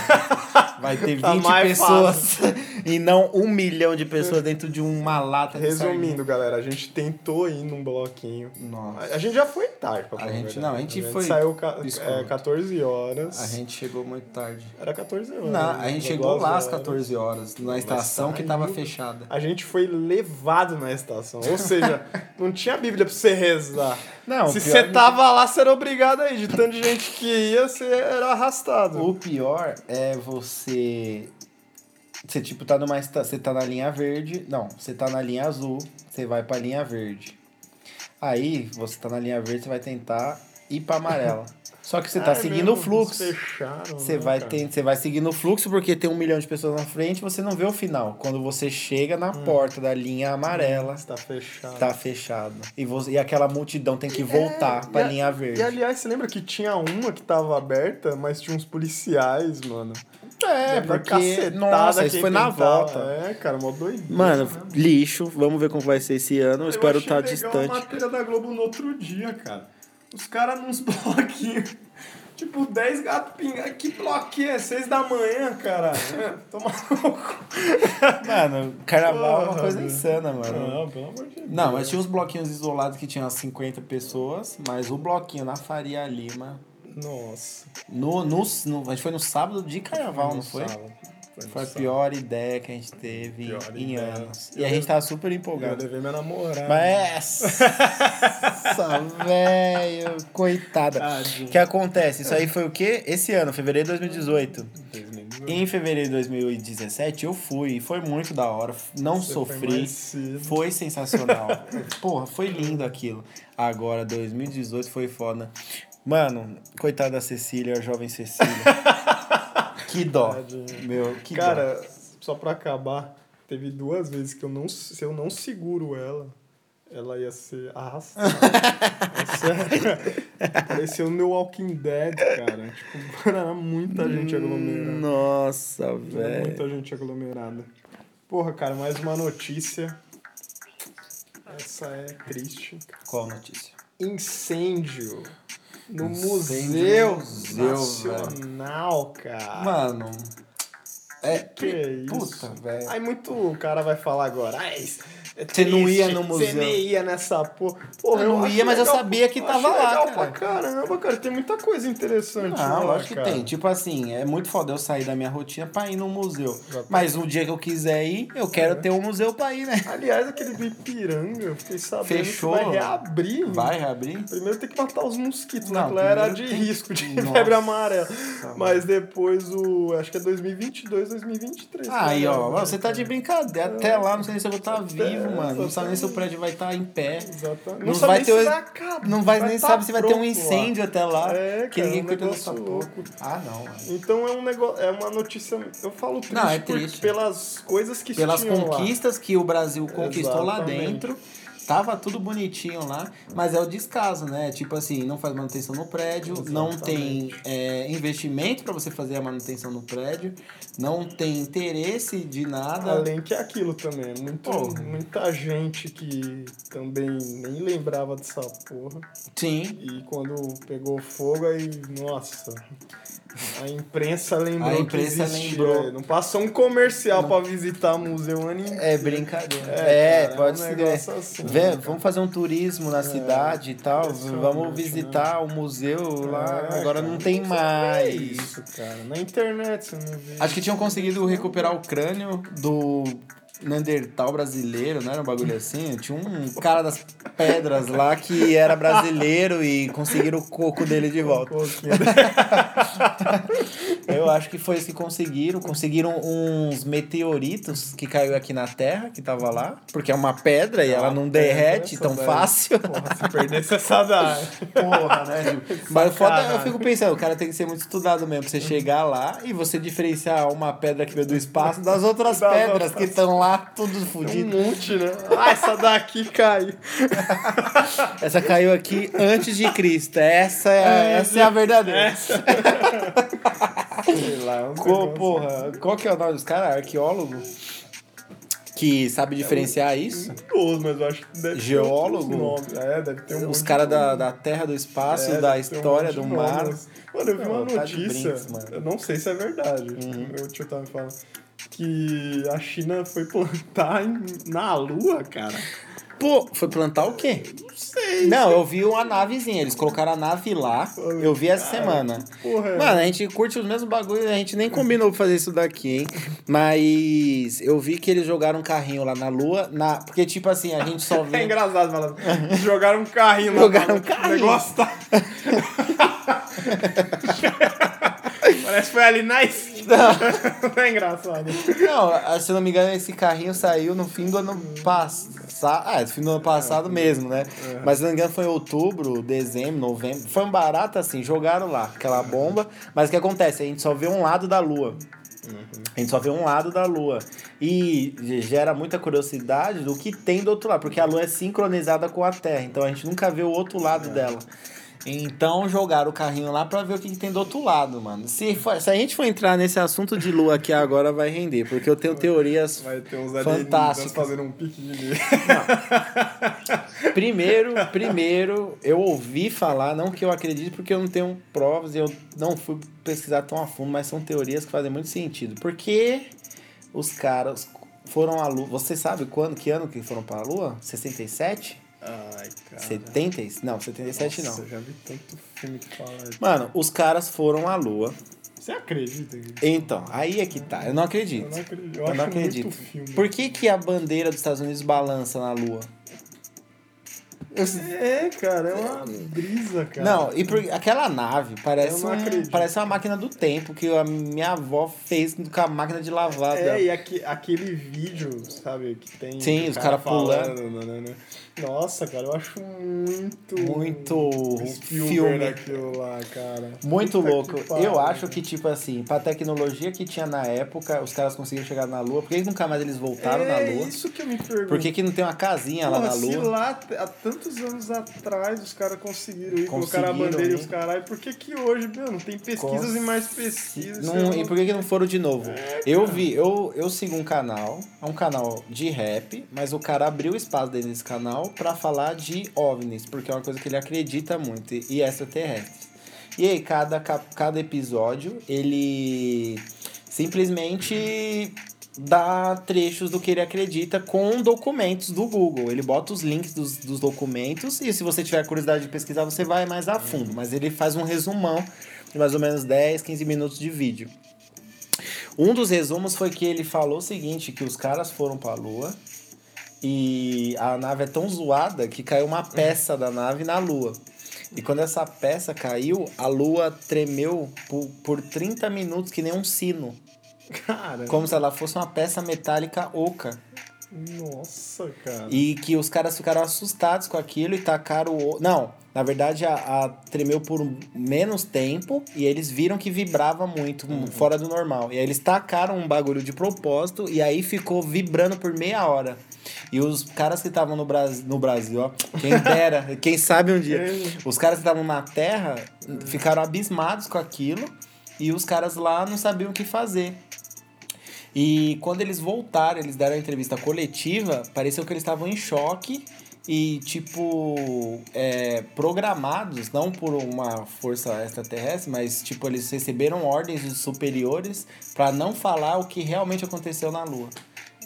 Vai ter 20 Tá mais pessoas [laughs] e não um milhão de pessoas dentro de uma lata de sardinha. Resumindo, galera, a gente tentou ir num bloquinho. A Nossa. a gente já foi tarde, pra A falar gente- verdade. não, a gente foi saiu ca- escroto. é, 14 horas. A gente chegou muito tarde. Era 14 horas. Não, a né? gente chegou 12 lá às horas. 14 horas, na estação que tava saiu. fechada. A gente foi levado na estação. [laughs] Ou seja, não tinha Bíblia pra você rezar. Não, Se o pior você é que- tava lá, você era obrigado aí. De tanto de gente que ia, você era arrastado. O pior é você. Você, tipo, tá numa. esta- Você tá na linha verde. Não, você tá na linha azul. Você vai pra linha verde. Aí, você tá na linha verde, você vai tentar e pra amarela. Só que você tá É seguindo mesmo, o fluxo. eles fecharam, Você né, vai, cara? ter, você vai seguindo o fluxo porque tem um milhão de pessoas na frente você não vê o final. Quando você chega na porta da linha amarela, Está fechado. tá fechado. E, você, e aquela multidão tem que voltar É, pra e a- linha verde. E aliás, você lembra que tinha uma que tava aberta, mas tinha uns policiais, mano. É, Dando uma porque. cacetada Nossa, isso quem foi na tentava. volta. É, cara, mó doideira. Mano, né? lixo. Vamos ver como vai ser esse ano. Eu espero estar Eu achei legal a distante. matéria da Globo no outro dia, cara. Os caras nos [laughs] bloquinhos. Tipo, 10 gatos pingados. Que bloquinho é? 6 da manhã, cara. É, Toma no cu. Mano, carnaval é uma Porra, Uhum. coisa velho. insana, mano. pelo amor de Deus. Não, mas tinha os bloquinhos isolados que tinham 50 pessoas, mas o bloquinho na Faria Lima. Nossa. No, no, no, a gente foi no sábado de carnaval, não foi? Foi, Foi a pior ideia que a gente teve Pior em ideia. anos. E a gente tava super Eu empolgado. levei minha namorada. Mas. [laughs] Nossa, velho. Coitada. Tadinho. O que acontece? Isso aí foi o quê? Esse ano, fevereiro de 2018. Em fevereiro de 2017 eu fui e foi muito da hora. Não Você Foi sofri. mais cedo. Foi sensacional. Porra, foi lindo aquilo. Agora, 2018 foi foda. Mano, coitada da Cecília, a jovem [laughs] Cecília. que dó. Tadinha. Meu, que dó. Cara, só pra acabar, teve duas vezes que eu não, se eu não seguro ela, ela ia ser [laughs] arrastada. é sério. Parecia o meu Walking Dead, cara. Tipo, [laughs] mano, era muita tá, gente aglomerada. Hum, Nossa, Era velho. muita gente aglomerada. Porra, cara, mais uma notícia. Essa é triste. Qual notícia? Incêndio Incêndio no no Museu, museu, Nacional, cara. Mano. É. Que isso? Puta, velho. Aí muito cara vai falar agora. "Ai, isso é Você não triste, ia no museu." Você nem ia nessa porra. Porra, Eu não acho ia, mas eu sabia que acho tava lá, legal cara. pra caramba, cara. Tem muita coisa interessante Ah, lá, lógico que é cara. tem. Tipo assim, é muito foda eu sair da minha rotina pra ir num museu. Exatamente. É. Mas um dia que eu quiser ir, eu quero ter um museu pra ir, né? Aliás, aquele do Ipiranga, eu fiquei sabendo Fechou. que vai reabrir. Vai reabrir? Primeiro tem que matar os mosquitos, Não, né? Aquilo era de primeiro tem- risco, de Nossa. febre amarela. Mas depois o... acho que é 2022, 2023. Aí, né? ó, você tá de brincadeira. Até lá, não sei nem se eu vou estar vivo, mano. Não sabe nem exatamente. se o prédio vai estar em pé. Exatamente. Não Não, sabe vai nem ter- se vai acabar, Não vai, nem tá sabe se vai ter um pronto lá. incêndio até lá. É, que cara, ninguém um cuida dessa porra. negócio louco. Ah, não. mano. Então é um negócio, é uma notícia, eu falo triste, Não, é por- triste. pelas coisas que Pelas tinham lá. conquistas que o Brasil conquistou lá Exatamente. dentro. Tava tudo bonitinho lá, mas é o descaso, né? Tipo assim, não faz manutenção no prédio, não tem Exatamente. é, investimento pra você fazer a manutenção no prédio, não tem interesse de nada. Além que é aquilo também, é muito, Porra. muita gente que também nem lembrava dessa porra. Sim. E quando pegou fogo, aí, nossa, a imprensa lembrou A imprensa que existia. lembrou. Não passou um comercial pra visitar museu o ano inteiro. É brincadeira. É, É, cara, é pode um ser. negócio assim, Vê, cara. É, vamos fazer um turismo na cidade e tal. impressionante, né? Vamos visitar o museu lá. É, Agora cara, não tem É mais. isso, cara. Na internet você não vê. Acho que tinham conseguido recuperar o crânio do Neandertal brasileiro, não era um bagulho assim? Tinha um cara das pedras lá que era brasileiro e conseguiram o coco dele de volta. Eu acho que foi isso que conseguiram. Conseguiram uns meteoritos que caiu aqui na Terra, que tava lá. Porque é uma pedra e ela não derrete essa tão daí. fácil. Porra, se perdesse essa da. [laughs] Porra, né? Gil? Mas o foda, Sacanagem. eu fico pensando, o cara tem que ser muito estudado mesmo pra você chegar lá e você diferenciar uma pedra que veio do espaço [laughs] das outras Das pedras outras. que estão lá, tudo Um fodido. monte, né? Ah, essa daqui caiu. Essa caiu aqui antes de Cristo. Essa é, a- essa é a verdadeira. Sei lá, é um Co- negócio. porra, qual que é o nome dos caras? Arqueólogo? Que sabe diferenciar isso? Curioso, mas eu acho que deve ter outros Geólogo? nomes. É, deve ter um Os monte caras de da, nome. da terra, do espaço, É, da deve ter um história, monte do de mar. nomes. Mano, eu vi Não, uma tá de notícia, brinks, mano. Uhum. eu não sei se é verdade, meu tio tava falando, que a China foi plantar em- na Lua, cara. Pô, foi plantar o quê? Não sei. Não, eu vi uma navezinha. Eles colocaram a nave lá. Eu vi essa semana. porra é? Mano, a gente curte os mesmos bagulhos. A gente nem combinou pra fazer isso daqui, hein? Mas eu vi que eles jogaram um carrinho lá na lua. Na... Porque, tipo assim, a gente [laughs] só É vê. engraçado falar. Jogaram um carrinho lá. tá? Jogaram mano. um carrinho. O negócio tá. Parece que foi ali na esquina. Não é engraçado. Não, ah, se eu não me engano, esse carrinho saiu no fim do ano passado. Ah, no fim do É, ano passado mesmo, né? Mas se eu não me engano, foi em outubro, dezembro, novembro. Foi um barato assim, jogaram lá aquela bomba. Mas o que acontece? A gente só vê um lado da lua. A gente só vê um lado da lua. E gera muita curiosidade do que tem do outro lado, porque a lua é sincronizada com a Terra, então a gente nunca vê o outro lado dela. Então jogaram o carrinho lá pra ver o que, que tem do outro lado, mano. Se, for- se a gente for entrar nesse assunto de lua aqui agora, vai render, porque eu tenho teorias Vai ter uns Fantástico. alienígenas fazendo um piquenique. Primeiro, primeiro, eu ouvi falar, não que eu acredite, porque eu não tenho provas e eu não fui pesquisar tão a fundo, mas são teorias que fazem muito sentido. Porque os caras foram à Lua. Você sabe quando, que ano que foram para a Lua? 67? Ai, cara. 70? e- Não, 77 Nossa, não. eu já vi tanto filme que fala. Mano, os caras foram à Lua. Você acredita? nisso? Então, aí é que tá. Eu não Eu não acredito. acredito. Eu, Eu acho não acredito. muito filme. Por que, que a bandeira dos Estados Unidos balança na Lua? Eu, É, cara, é uma brisa, cara. Não, e por- aquela nave Eu parece, não um- acredito. parece uma máquina do tempo que a minha avó fez com a máquina de lavar dela. É, e aque- aquele vídeo, sabe, que tem. Sim, do os cara pulando. falando, né, né? Nossa, cara, eu acho muito. Muito filme. filme aquilo lá, cara. Muito Puta que louco. pariu, Eu acho cara. que, tipo assim, pra tecnologia que tinha na época, os caras conseguiram chegar na Lua. Por que nunca mais eles voltaram é na Lua? isso que eu me pergunto. Por que, que não tem uma casinha lá Porra, na se Lua? lá t- há tantos anos atrás os caras conseguiram ir, colocaram a Conseguiram, bandeira e né? os caras. Por que que hoje, mano, tem pesquisas e mais pesquisas? É, Não- sei lá. e por que, que não foram de novo? eu vi, eu, eu sigo um canal, é um canal de rap, mas o cara abriu espaço dentro desse canal pra falar de OVNIs, porque é uma coisa que ele acredita muito, e, é e extraterrestres. E aí, cada, cap- cada episódio, ele simplesmente dá trechos do que ele acredita com documentos do Google. Ele bota os links dos, dos documentos e se você tiver curiosidade de pesquisar, você vai mais a fundo. Mas ele faz um resumão de mais ou menos 10, 15 minutos de vídeo. Um dos resumos foi que ele falou o seguinte, que os caras foram pra lua e a nave é tão zoada que caiu uma peça da nave na lua. E quando essa peça caiu, a lua tremeu por, por 30 minutos que nem um sino. Cara, Como se ela fosse uma peça metálica oca. nossa, cara. E que os caras ficaram assustados com aquilo e tacaram o. Não, na verdade a, a tremeu por um- menos tempo e eles viram que vibrava muito, um- fora do normal. E aí eles tacaram um bagulho de propósito e aí ficou vibrando por meia hora. E os caras que estavam no, Bras... no Brasil, ó, quem dera, quem sabe um É, dia. Os caras que estavam na Terra ficaram abismados com aquilo e os caras lá não sabiam o que fazer. E quando eles voltaram, eles deram a entrevista coletiva, pareceu que eles estavam em choque e, tipo, é, programados, não por uma força extraterrestre, mas, tipo, eles receberam ordens dos superiores para não falar o que realmente aconteceu na Lua.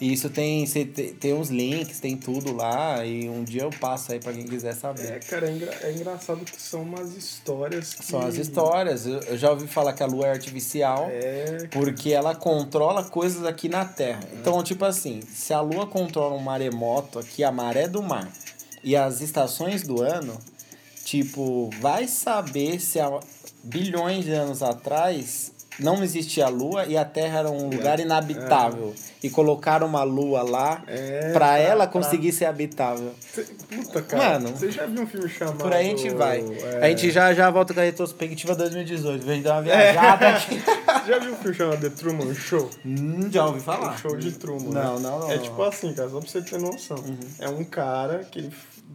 E isso tem, cê te- tem uns links, tem tudo lá, e um dia eu passo aí pra quem quiser saber. É, cara, é, engra- é engraçado que são umas histórias que... São as histórias. Eu, eu já ouvi falar que a Lua é artificial. É, Porque ela controla coisas aqui na Terra. Então, tipo assim, se a Lua controla um maremoto aqui, a maré do mar, e as estações do ano, tipo, vai saber se há bilhões de anos atrás não existia a Lua e a Terra era um lugar inabitável. E colocaram uma Lua lá é... É. pra ela conseguir ser habitável. Cê- Puta, cara. Mano, Você já viu um filme chamado... Por aí a gente vai. é, É. A gente já já volta com a retrospectiva 2018. Vem dar uma viajada aqui. [laughs] Já viu um filme chamado The Truman Show? Hum, já ouvi O falar. Um Hum. show de Truman. né? Não, não, Uhum. não. É não. tipo assim, cara, só pra você ter noção. É um cara que ele,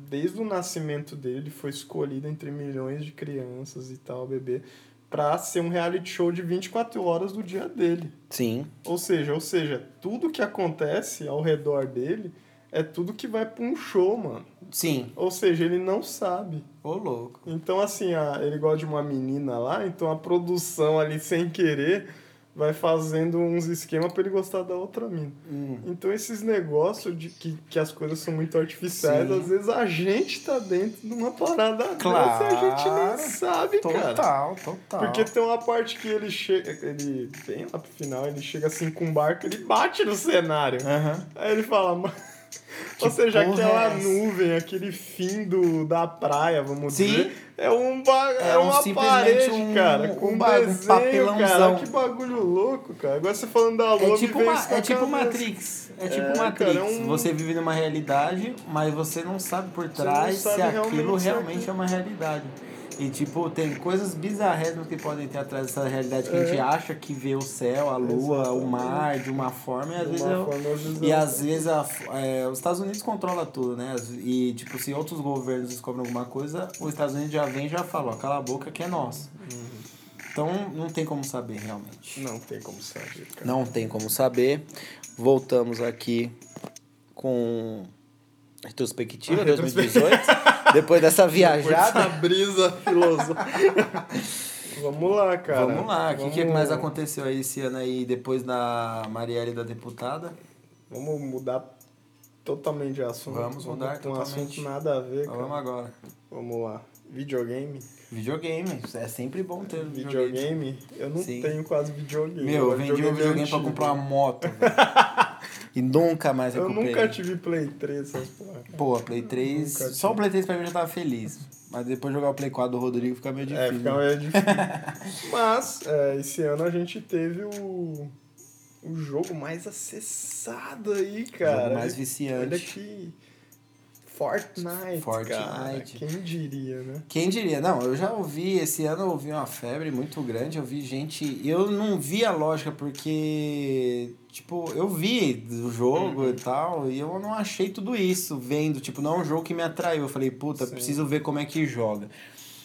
desde o nascimento dele foi escolhido entre milhões de crianças e tal, bebê, pra ser um reality show de 24 horas do dia dele. Sim. Ou seja, ou seja, tudo que acontece ao redor dele é tudo que vai pra um show, mano. Sim. Ou seja, ele não sabe. Ô, louco. Então, assim, a- ele gosta de uma menina lá, então a produção ali, sem querer, vai fazendo uns esquemas pra ele gostar da outra mina. Hum. Então, esses negócios de que, que as coisas são muito artificiais, Sim. às vezes a gente tá dentro de uma parada Claro. dessa e a gente nem sabe, cara. Total, total. Porque tem uma parte que ele chega, ele, bem lá pro final, ele chega assim com um barco, ele bate no cenário. Aham. [laughs] Aí ele fala, mano, Ou seja, porra é aquela essa? nuvem, aquele fim do, da praia, vamos Sim. dizer. É um ba... é, É um- uma simplesmente parede, um- cara, com um um, ba- um desenho, papelãozão. cara. Que bagulho louco, cara. Agora você falando da lua, É me tipo, veio uma, isso na é tipo cabeça. Matrix. É tipo É, Matrix. cara, é um- Você vive numa realidade, mas você não sabe por não trás sabe se aquilo realmente se realmente aquilo- é uma realidade. E tipo, tem coisas bizarrésmas que podem ter atrás dessa realidade que a É. gente acha que vê o céu, a lua, o mar de uma forma e às vezes é- Uma forma, às vezes, e é- às vezes a- é, os Estados Unidos controla tudo, né? As- E tipo, se outros governos descobrem alguma coisa, os Estados Unidos já vem e já fala, ó, cala a boca que é nosso. Então não tem como saber realmente. Não tem como saber, cara. Não tem como saber. Voltamos aqui com retrospectiva A 2018. Depois dessa viajada. Essa brisa filosófica. Vamos lá, cara. [laughs] vamos lá, o que, é que Vamos- mais aconteceu aí esse ano aí, depois da Marielle da deputada? Vamos mudar totalmente de assunto. Vamos mudar com um totalmente. assunto nada a ver, cara. Vamos agora. Vamos lá. Videogame? Videogame, é sempre bom ter videogame. Videogame? Eu não Sim. tenho quase videogame. Meu, eu vendi meu é videogame pra antigo. comprar uma moto, [laughs] velho. E nunca mais Eu recuperei. nunca tive Play 3, essas porra. Pô, Play 3. Nunca só o tive. Play 3 pra mim eu já tava feliz. Mas depois jogar o Play 4 do Rodrigo fica meio difícil. É, fica [laughs] meio difícil. Mas, é, esse ano a gente teve o, o jogo mais acessado aí, cara. Jogo mais Olha viciante. que... Fortnite, cara. Fortnite. Quem diria, né? Quem diria? Não, eu já ouvi, esse ano eu ouvi uma febre muito grande, eu vi gente. Eu não vi a lógica, porque, tipo, eu vi o jogo Uhum. e tal, e eu não achei tudo isso vendo. Tipo, não é um jogo que me atraiu. Eu falei, puta, Sim. preciso ver como é que joga.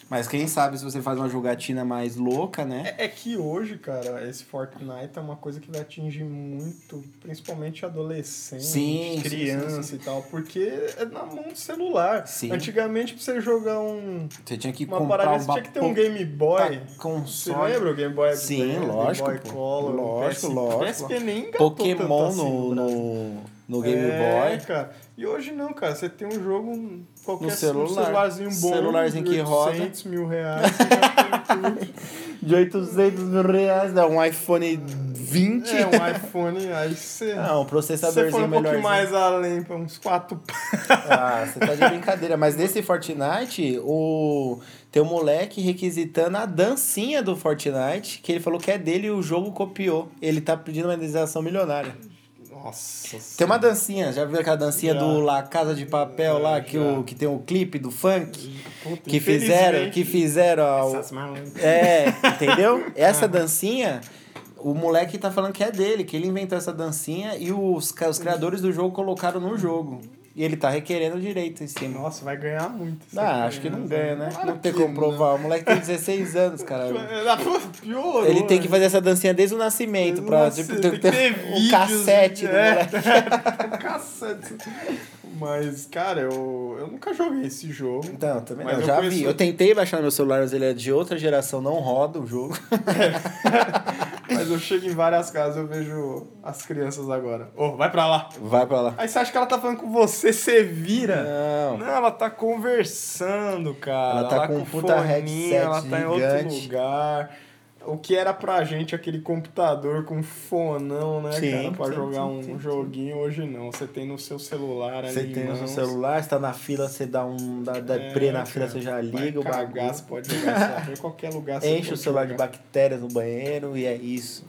Mas quem sabe se você faz uma jogatina mais louca, né? É, é que hoje, cara, esse Fortnite é uma coisa que vai atingir muito, principalmente adolescente, Sim, sim, criança e tal, porque é na mão do celular. Sim. Antigamente, pra você jogar um, Você tinha que uma comprar parada, um você tinha que ter um ba- Game Boy. puta Você console. lembra o Game Boy Sim, Advance, lógico, Game pô. Boy Color, um Lógico, PSP, lógico. PSP nem engatou tanto Pokémon assim no, Brasil. no, no Game é, Boy. Cara. E hoje não, cara. Você tem um jogo, um- qualquer No celular. um celularzinho bom, Celularzinho que roda. 800 mil reais, você já tem tudo. De 800 mil reais, né? dá um iPhone 20. [laughs] É, um iPhone, aí você. Não, o Se você for processadorzinho um pouquinho melhorzinho. mais além, pra uns 4 [laughs] Ah, você tá de brincadeira. Mas nesse Fortnite, o tem um moleque requisitando a dancinha do Fortnite, que ele falou que é dele e o jogo copiou. Ele tá pedindo uma indenização milionária. [laughs] Nossa. Tem uma dancinha, já viu aquela dancinha Já. do La Casa de Papel Já, lá, que, já. o, que tem o clipe do funk? Puta, Que fizeram, infelizmente. que fizeram ao- Essas malandras. É, entendeu? Essa dancinha, o moleque tá falando que é dele, que ele inventou essa dancinha e os, ca- os criadores do jogo colocaram no jogo. E ele tá requerendo o direito em cima. Nossa, vai ganhar muito. isso Ah, aqui, acho que não ganha, né? Claro Não tem que como provar. O moleque tem 16 anos, cara. [laughs] É, dá pra- Piorou. Ele tem que né? fazer essa dancinha desde o nascimento, pra Nossa, tipo, tem ter, que ter ter um vídeos, cassete né? do é. [laughs] moleque. Cacete. Mas, cara, eu, eu nunca joguei esse jogo. Então, também Mas não, eu já vi. conheço- Eu tentei baixar no meu celular, mas ele é de outra geração, não roda o jogo. Mas eu chego em várias casas eu vejo as crianças agora. Ô, vai pra lá. Vai pra lá. Aí você acha que ela tá falando com você, você vira. Não. Não, ela tá conversando, cara. Ela tá com um puta foninho, headset Ela tá em outro gigante. lugar. O que era pra gente aquele computador com fonão, né, Sim, cara? Pra sim, jogar sim, um sim, joguinho, hoje não. Você tem no seu celular Tá ali Você em tem no seu mãos. celular, você tá na fila, você dá um. dá, dá É, prê na cara, fila, você já Vai liga o cagar, bagulho. você um pode jogar você em qualquer lugar. você Enche o pode celular de jogar. bactérias no banheiro e é isso.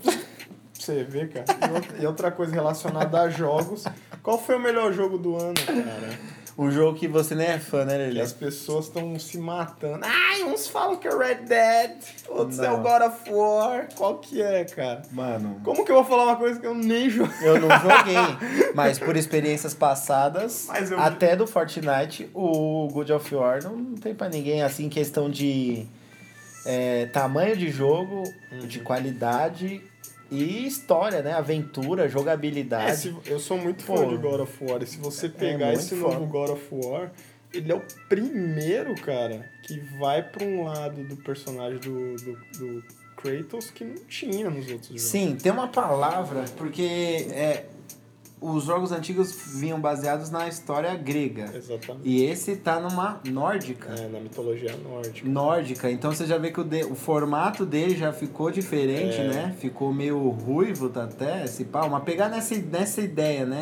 Você vê, cara. E outra- E outra coisa relacionada a jogos. Qual foi o melhor jogo do ano, cara? Um jogo que você nem é fã, né, E Lelê? as pessoas estão se matando. Ai, uns falam que é Red Dead, outros é Não. o God of War. Qual que é, cara? Mano, Como que eu vou falar uma coisa que eu nem jogo? eu não joguei, mas por experiências passadas, Mas eu- até do Fortnite, o God of War não, não tem pra ninguém assim, questão de é, tamanho de jogo, de Uhum. qualidade e história, né? Aventura, jogabilidade. É, se- eu sou muito Pô. fã de God of War. E se você pegar muito esse foda. novo God of War, ele é o primeiro, cara, que vai pra um lado do personagem do, do, do Kratos que não tinha nos outros jogos. Sim, tem uma palavra, porque é, os jogos antigos vinham baseados na história grega. Exatamente. E esse tá numa nórdica. É, na mitologia nórdica. Nórdica, então você já vê que o, de- o formato dele já ficou É. diferente, né? Ficou meio ruivo tá até, esse pau. Mas pegar nessa, nessa ideia, né?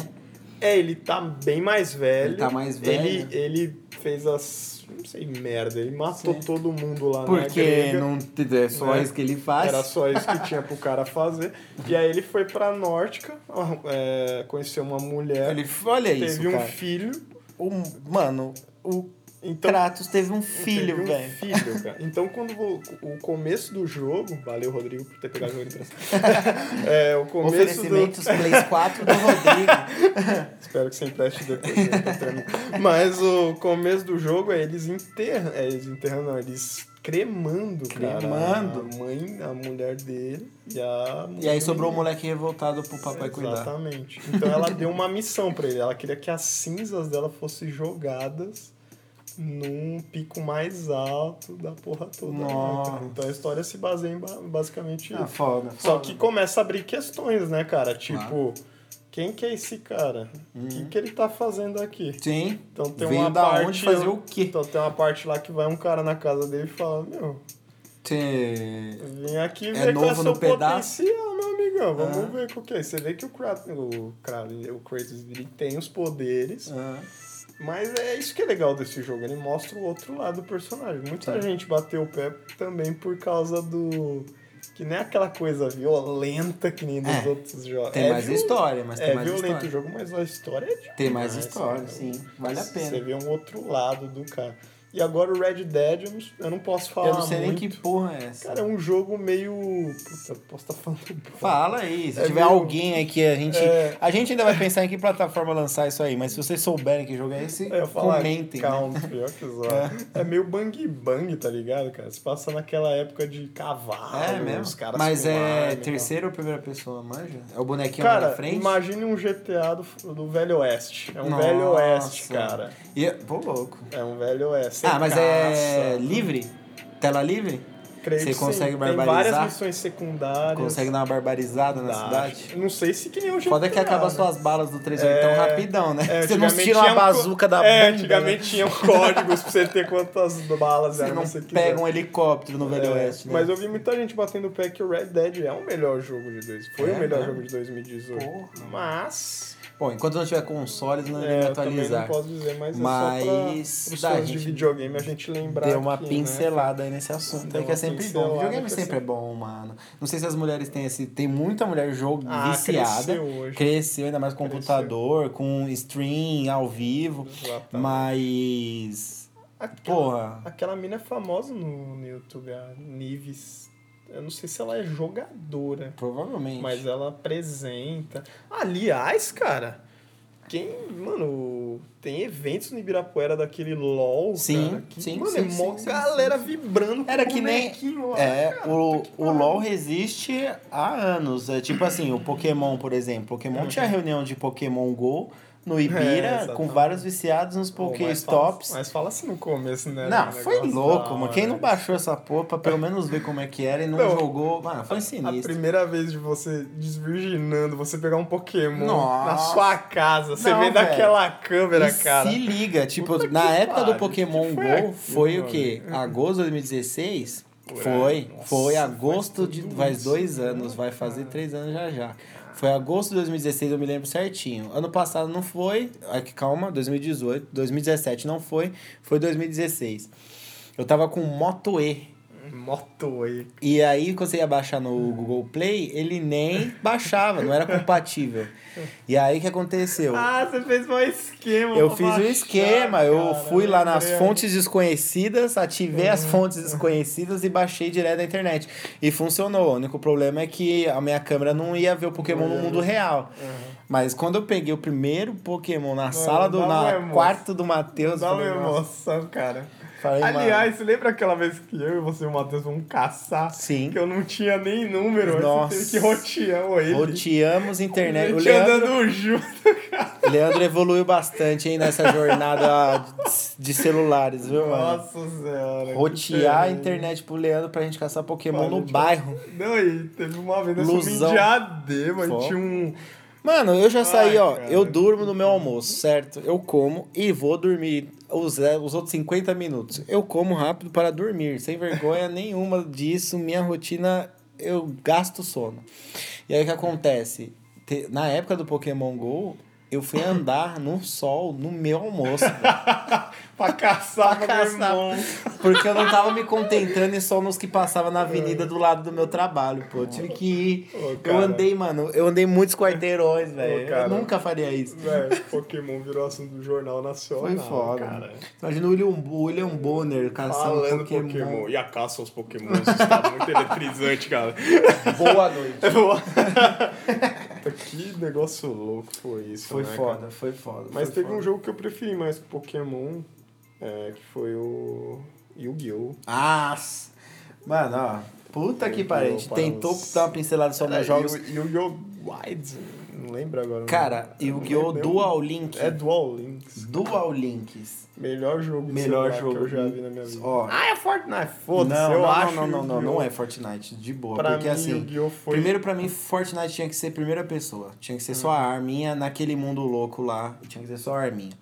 É, ele tá bem mais velho. Ele tá mais Ele, velho. ele fez as. Não sei, merda. Ele matou Sim. todo mundo lá na Porque grega. não te- é só né? isso que ele faz. Era só isso que tinha pro cara fazer. E aí ele foi pra Nórdica, é, conheceu uma mulher, Ele, olha teve isso, um cara. filho. O- mano, o Então, Kratos teve um filho, teve um velho. filho, cara. Então, quando o, o começo do jogo. Valeu, Rodrigo, por ter pegado [laughs] o jogo impressão. [laughs] É, o começo do. Oferecimentos Plays 4 [laughs] do Rodrigo. Espero que você empreste depois. né, pra treinar. Mas o começo do jogo é eles enterram. É, eles enterram, não, eles cremando, cara, Cremando. a mãe, a mulher dele e a. E aí sobrou o moleque revoltado pro papai cuidar. Exatamente. Então ela deu uma missão pra ele. Ela queria que as cinzas dela fossem jogadas num pico mais alto da porra toda. né, Nossa. cara? Então a história se baseia em ba- basicamente Ah, isso. foda. Só foda. que começa a abrir questões, né, cara? Tipo, quem que é esse cara? O que, que ele tá fazendo aqui? Sim. Então tem Uhum. Veio uma da parte. onde fazer o quê? Então tem uma parte lá que vai um cara na casa dele e fala, meu, Te- Vem aqui É ver qual é novo seu no pedaço? potencial, meu amigão. Vamos Ah. ver qual que é. Você vê que o Kratos, o, Kratos, o Kratos ele tem os poderes, Ah, mas é isso que é legal desse jogo. Ele mostra o outro lado do personagem. Muita Sim. gente bateu o pé também por causa do... Que nem aquela coisa violenta que nem dos É. outros jogos. Tem É mais viol- história, mas É tem mais violento o história. jogo, mas a história é demais, Tem mais cara. história, sim. Vale a Você pena. vê um outro lado do cara. E agora o Red Dead, eu não- eu não posso falar Eu não sei nem muito. que porra é essa. Cara, é um jogo meio. Puta, posso estar falando. Fala aí, se É tiver meio- alguém aí que a gente. É. A gente ainda vai pensar em que plataforma lançar isso aí, mas se vocês souberem que jogo é esse, Eu ia falar, comentem. né? Count, [laughs] pior que zoar. É. meio bang bang, tá ligado, cara? Se passa naquela época de cavalo, É mesmo? os caras Mas com arma é e tal. terceira ou primeira pessoa, manja? É o bonequinho lá na Cara, frente? imagine um GTA do, do Velho Oeste. É um Nossa. Velho Oeste, cara. E... Pô, louco. É um Velho Oeste. ah, mas é Caça. livre? Tela livre? Creio Você que sim. consegue Tem várias barbarizar? missões secundárias. Consegue dar uma barbarizada na Dá. cidade? Não sei se que nem o GTA. Foda é que acaba né? as suas balas do 3 É, tão rapidão, né? É, você não antigamente tira uma tinha um co- bazuca da É, bunda, né? antigamente tinham códigos pra você ter quantas balas Né? eram. Você não pega um helicóptero no Velho Oeste, né? É, Mas eu vi muita gente batendo o pé que o Red Dead é o melhor jogo de dois. Foi É, o melhor né? jogo de 2018. Porra. Mas. Bom, enquanto não tiver consoles, não É, é, eu também não atualizar. posso dizer, mas, é só pra Mas os dá, fãs de gente videogame a gente lembrar. Deu uma aqui, né? pincelada aí nesse assunto. Deu É que é uma sempre bom. pincelada Videogame que é sempre é sempre- bom, mano. Não sei se as mulheres têm esse. Tem muita mulher jogo Ah, viciada. cresceu hoje. Cresceu, ainda mais com Cresceu. computador, com stream ao vivo. Exatamente. Mas. tá? Aquela, Porra. aquela mina é famosa no, no YouTube, a Nives. Eu não sei se ela é jogadora. Provavelmente. Mas é. ela apresenta. Aliás, cara, quem. Mano, tem eventos no Ibirapuera daquele LOL. Sim, cara, que, sim, Mano, sim, é mó sim, sim, galera vibrando Era com que nem- bonequinho lá, É, cara. o, o LoL resiste há anos. É tipo assim, o Pokémon, por exemplo. Pokémon tinha reunião de Pokémon GO no Ibira, com Uhum. É, exatamente. vários viciados nos Pô, mas Pokéstops. Fala, mas fala assim no começo, né? Não, o foi negócio louco, da mano. hora, Quem não né? baixou essa porra pra pelo menos ver como é que era e não, Não. jogou. Mano, foi A sinistro. primeira vez de você desvirginando, você pegar um Pokémon Nossa. na sua casa, você Não, vê velho. daquela E câmera, cara. se liga, tipo, Puta na que época do pariu, Pokémon que Go, foi aquilo, foi o mano? quê? Agosto de 2016? Ué, Foi, nossa, foi faz agosto de. tudo Faz isso, dois né, anos, vai fazer cara? três anos já já. Foi agosto de 2016, eu me lembro certinho. Ano passado não foi, ai, que calma, 2018, 2017 não foi, foi 2016. Eu tava com Moto E. Moto aí. E aí, quando você ia baixar no Google Play, ele nem baixava, não era compatível. E aí, o que aconteceu? Ah, você fez um esquema. Eu pra fiz um baixar, esquema, eu cara, Uhum. fui lá nas lembrei. fontes desconhecidas, ativei as fontes desconhecidas e baixei direto da internet. E funcionou. O único problema é que a minha câmera não ia ver o Pokémon no Uhum. mundo real. Mas quando eu peguei o primeiro Pokémon na sala do dá uma na emoção. quarto do Matheus, Dá uma falei, "Nossa", emoção, cara. falei, "Mano, Aliás, você lembra aquela vez que eu e você e o Matheus vamos caçar? Sim. Que eu não tinha nem número, aí Nossa. né? você teve que rotear ou ele. roteamos A internet. O gente Leandro andando junto. Leandro evoluiu bastante hein, nessa jornada de celulares, viu, mano? Nossa senhora. que Rotear a terror. internet pro Leandro pra gente caçar Pokémon Olha, no tipo, bairro. Não, e teve uma vez eu subi em Luzão. diadema Ó. e tinha um. Mano, eu já saí, Ai, ó. cara. Eu durmo no meu almoço, certo? Eu como e vou dormir os, é, os outros 50 minutos. Eu como rápido para dormir, sem [laughs] vergonha nenhuma disso. Minha rotina, eu gasto sono. E aí o que acontece? Te- Na época do Pokémon GO, Eu fui andar no sol no meu almoço. pra [laughs] caçar, Pra pra caçar. meu irmão. Porque eu não tava me contentando em só nos que passavam na avenida do lado do meu trabalho, pô. Eu tive que ir. Ô, eu cara. andei, mano, eu andei muitos quarteirões, velho. cara. Eu nunca faria isso. Velho, Pokémon virou assunto do Jornal Nacional. Foi foda. Cara. Imagina o William, o William Bonner caçando Falando Pokémon. Pokémon. E a caça aos Pokémons está muito eletrizante, cara. Boa noite. É [laughs] Puta, que negócio louco foi isso, [laughs] Foi né, foda, cara? foi foda. Mas foi teve foda. um jogo que eu preferi mais que Pokémon, é, que foi o Yu-Gi-Oh! Ah, s- mano, ó. Puta que Yu-Gi-Oh, pariu. A gente para tentou os- dar uma pincelada só Era nos jogos. É, Yu- Yu-Gi-Oh! Wide? Não lembro agora. o Cara, nome. Yu-Gi-Oh! Não lembro. Dual Link. É Dual Links. Dual Links. Melhor jogo de Melhor celular jogo que eu já vi na minha vida. Ó, Ah, é Fortnite! não, Foda-se, eu não, acho. não, não, não, Yu-Gi-Oh! não é Fortnite, de boa. Pra porque mim, assim, Yu-Gi-Oh! foi. primeiro pra mim, Fortnite tinha que ser primeira pessoa. Tinha que ser Hum. só a arminha naquele mundo louco lá. Tinha que ser só a arminha.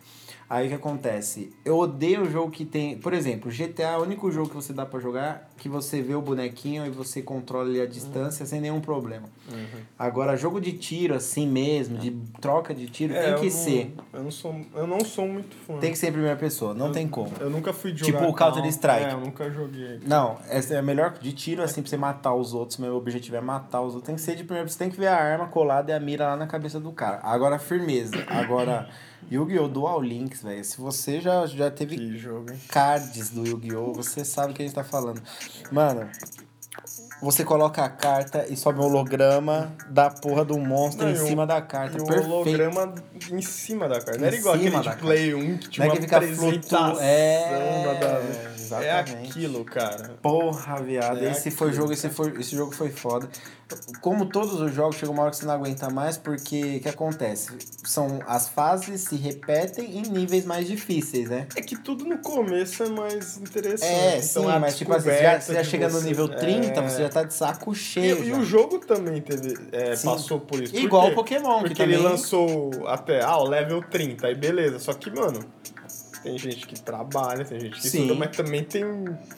Aí o que acontece? Eu odeio o jogo que tem. Por exemplo, GTA é o único jogo que você dá pra jogar que você vê o bonequinho e você controla ele à distância Hum. sem nenhum problema. Uhum. Agora, jogo de tiro assim mesmo, de troca de tiro, É, tem eu que não- ser. Eu não, sou, eu não sou muito fã. Tem que ser em primeira pessoa, não tem como. Eu nunca fui Tipo jogar. o Counter não. Strike. É, eu nunca joguei. Não, essa é a melhor de tiro, assim, pra você matar os outros. Meu objetivo é matar os outros. Tem que ser de primeiro. Você tem que ver a arma colada e a mira lá na cabeça do cara. Agora, firmeza. Agora, Yu-Gi-Oh! Dual Links, velho. Se você já, já teve Que jogo, hein? cards do Yu-Gi-Oh! Você sabe o que a gente tá falando. Mano, você coloca a carta e sobe o holograma da porra do monstro Não, em e o- cima da carta. E um o Perfeito. holograma em cima da carta. Não Em era igual cima aquele da de Play 1 que Não tinha é uma que fica apresentação flutuando. É, da- da- É exatamente. aquilo, cara. Porra, viado. É esse foi aquilo, jogo, esse, foi, esse jogo foi foda. Como todos os jogos, chega uma hora que você não aguenta mais, porque o que acontece? São as fases se repetem em níveis mais difíceis, né? É que tudo no começo é mais interessante. É, então, sim, a mas tipo assim, você já, descoberta você já de chega no você- nível 30, É. você já tá de saco E, cheio. e já. o jogo também teve, é, Sim. passou por isso. Por Igual o quê? Pokémon, que Porque também... ele lançou até, ah, o level 30, aí beleza. Só que, mano, tem gente que trabalha, tem gente que Sim. estuda, mas também tem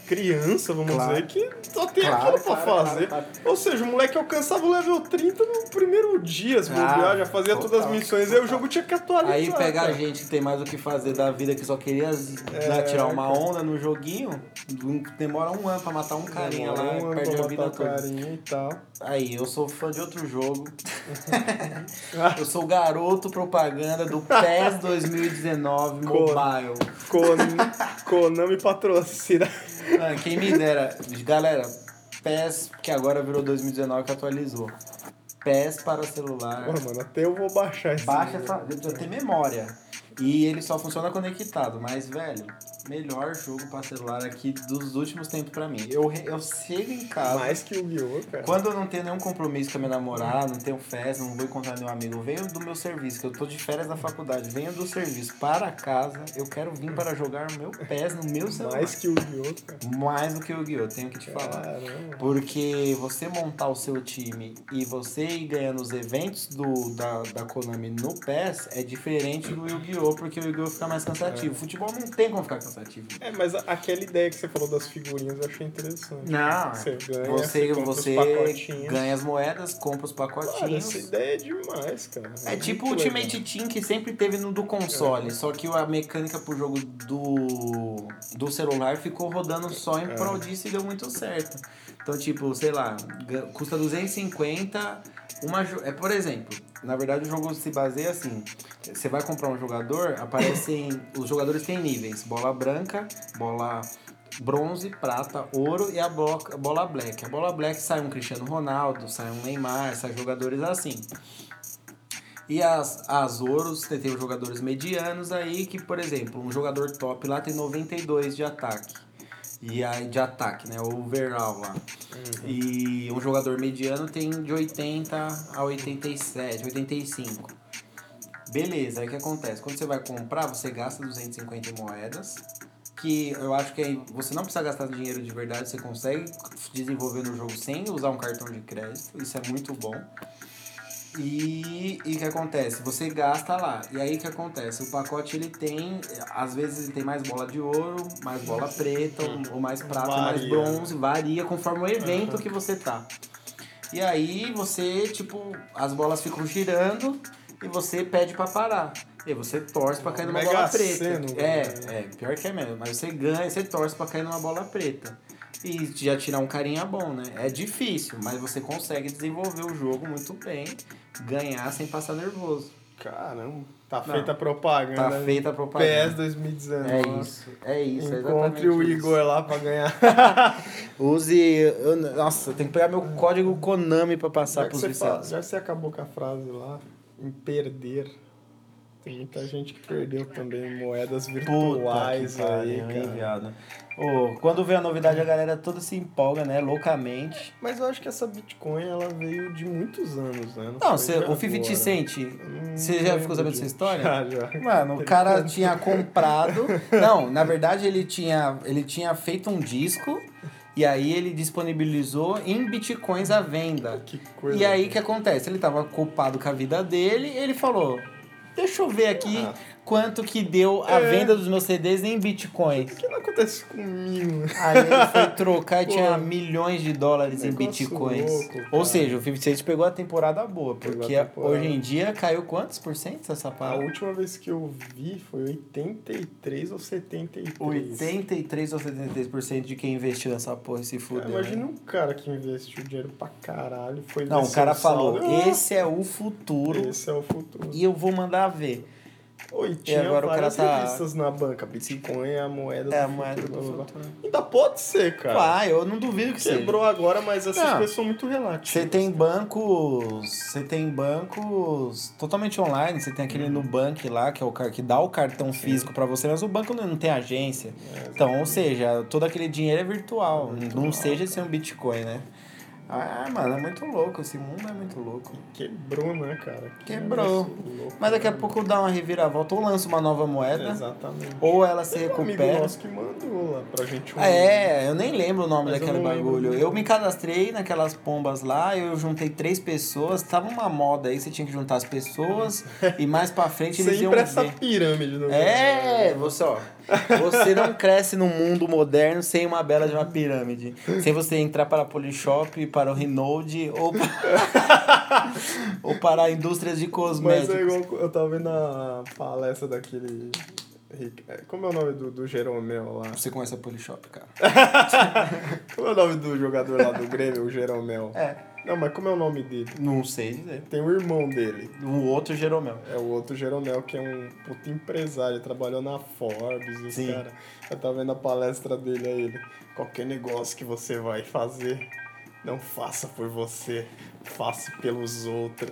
criança, vamos Claro. dizer, que só tem Claro, aquilo pra claro, fazer. claro, Ou seja, o moleque alcançava o level 30 no primeiro dia, se Ah, bobear, já fazia total, todas as missões, aí o jogo tinha que atualizar. Aí pega a cara. gente que tem mais o que fazer da vida, que só queria z- É, tirar uma cara. onda no joguinho, demora um ano pra matar um carinha Demora um lá, ano perde pra a vida matar o toda. carinha e tal. Aí, eu sou fã de outro jogo. eu sou o garoto propaganda do PES 2019 Cor. Mobile. [laughs] Kon- Konami patrocina. Mano, Ah, quem me dera. Galera, PES, que agora virou 2019, que atualizou. PES para celular. Pô, mano, até eu vou baixar esse Baixa jogo. essa. Precisa ter memória. E ele só funciona conectado, mas, velho, melhor jogo para celular aqui dos últimos tempos pra mim. Eu, re- eu chego em casa. Mais que o Guiô, cara. Quando eu não tenho nenhum compromisso com a minha namorada, não tenho festa, não vou encontrar nenhum amigo, venho do meu serviço, que eu tô de férias na faculdade, venho do serviço para casa, eu quero vir para jogar o meu PES no meu celular. Mais que o Guiô, cara. Mais do que o Guiô, tenho que te falar. Caramba. Porque você montar o seu time e você ir ganhando os eventos do, da, da Konami no PES é diferente do Yu-Gi-Oh! Porque o Yu-Gi-Oh! fica mais cansativo. Futebol não tem como ficar cansativo. É, mas a- aquela ideia que você falou das figurinhas eu achei interessante. Não, Você ganha, você, você compra os você pacotinhos. ganha as moedas, compra os Cara, pacotinhos. essa ideia é demais, cara. É tipo o muito legal. Ultimate Team que sempre teve no do console, só que a mecânica pro jogo do, do celular ficou rodando só em prol disso e deu muito certo. Então, tipo, sei lá, ga- custa 250 uma jo- é Por exemplo, na verdade o jogo se baseia assim, você vai comprar um jogador, aparecem... os jogadores têm níveis, bola branca, bola bronze, prata, ouro e a bola, bola black. A bola black sai um Cristiano Ronaldo, sai um Neymar, sai jogadores assim. E as, as ouros, tem, tem os jogadores medianos aí, que, por exemplo, um jogador top lá tem 92 de ataque. E aí, de ataque, né? O overall lá. E um jogador mediano tem de 80 a 87, 85. Beleza, aí o que acontece? Quando você vai comprar, você gasta 250 em moedas. Que eu acho que aí você não precisa gastar dinheiro de verdade, você consegue desenvolver no jogo sem usar um cartão de crédito. Isso é muito bom. E e o que acontece? Você gasta lá. E aí o que acontece? O pacote ele tem, às vezes ele tem mais bola de ouro, mais bola preta, ou- ou mais prata, mais Varia. bronze, varia conforme o evento que você tá. E aí você, tipo, as bolas ficam girando e você pede pra parar. E aí você torce pra cair numa Mega né? bola Sena, preta. velho. É, é, pior que é mesmo. Mas você ganha, você torce pra cair numa bola preta. E já tirar um carinha bom, né? É difícil, mas você consegue desenvolver o jogo muito bem, ganhar sem passar nervoso. Caramba, tá Não. feita a propaganda. Tá né? feita a propaganda. PS 2019. É isso, é isso. é Encontre exatamente o isso. Igor lá pra ganhar. [laughs] Use. eu- nossa, tem que pegar meu código Konami pra passar já, que pros você fala- viciados. já que você acabou com a frase lá, em perder. Tem muita gente que perdeu também moedas virtuais que pariu, aí, hein, cara. viado. Ô, quando vem a novidade, a galera toda se empolga, né? Loucamente. Mas eu acho que essa Bitcoin ela veio de muitos anos, né? Não, foi cê, de o agora. 50 Cent, Hum, você já lembro ficou sabendo dessa disso. história? Já, já. Mano, o cara tinha [laughs] comprado. Não, na verdade ele tinha, ele tinha feito um disco e aí ele disponibilizou em bitcoins à venda. Que coisa. E aí o que acontece? Ele tava culpado com a vida dele e ele falou: Deixa eu ver aqui Ah. quanto que deu a É. venda dos meus CDs em bitcoins. Por que não acontece comigo? Aí ele foi trocar e Pô. tinha milhões de dólares em Negócio bitcoins. louco, cara. Ou seja, o 50 Cent pegou a temporada boa, Pegou a porque temporada. Ah, hoje em dia caiu quantos por cento essa A parada? última vez que eu vi foi 83 ou 73. 83 ou 73% de quem investiu nessa porra se Cara, fudeu. né? imagina um cara que investiu dinheiro pra caralho. Foi Não, o descer cara um saldo, falou: "Ah, esse é o futuro Esse é o futuro. e eu vou mandar ver. Oi, tinha agora o várias cara tá- revistas na banca. Bitcoin é a moeda É a do moeda do futuro. blá, blá, blá. futuro. Ainda pode ser, cara. Vai, eu não duvido que seja. Quebrou agora, mas essas Não. coisas são muito relativas. Você tem bancos, você tem bancos totalmente online, você tem aquele Uhum. Nubank lá, que é o cara que dá o cartão físico pra você, mas o banco não não tem agência. É, então, ou seja, todo aquele dinheiro é virtual, não seja ser um Bitcoin, né? Ah, mano, é muito louco, esse mundo é muito louco. Quebrou, né, cara? Que Quebrou. negócio louco, Mas daqui a né? pouco dá uma reviravolta, ou lança uma nova moeda, Exatamente. ou ela se Teve um amigo recupera. nosso que mandou lá pra gente um- Ah, É, eu nem lembro o nome Mas eu daquele não lembro. bagulho. Eu me cadastrei naquelas pombas lá, eu juntei três pessoas, tava uma moda aí, você tinha que juntar as [laughs] pessoas e mais pra frente eles iam Sempre essa ver. pirâmide. né? Não um É, você, ó, você não cresce num mundo moderno sem uma bela de uma pirâmide. Sem você entrar para a Polishop, para o Renode ou, pa- [laughs] ou para a indústria de Mas cosméticos. é igual, eu tava vendo a palestra daquele... Rick- é, Como é o nome do, do Jeromel lá? Você conhece a Polishop, cara. Como é o nome do jogador lá do Grêmio, o Jeromel? É, Não, mas como é o nome dele? não sei dizer. Tem um irmão dele. O outro Jeromel. É o outro Jeromel, que é um puto empresário, trabalhou na Forbes, os Sim. caras. Eu tava vendo a palestra dele aí, ele. Qualquer negócio que você vai fazer, não faça por você, faça pelos outros.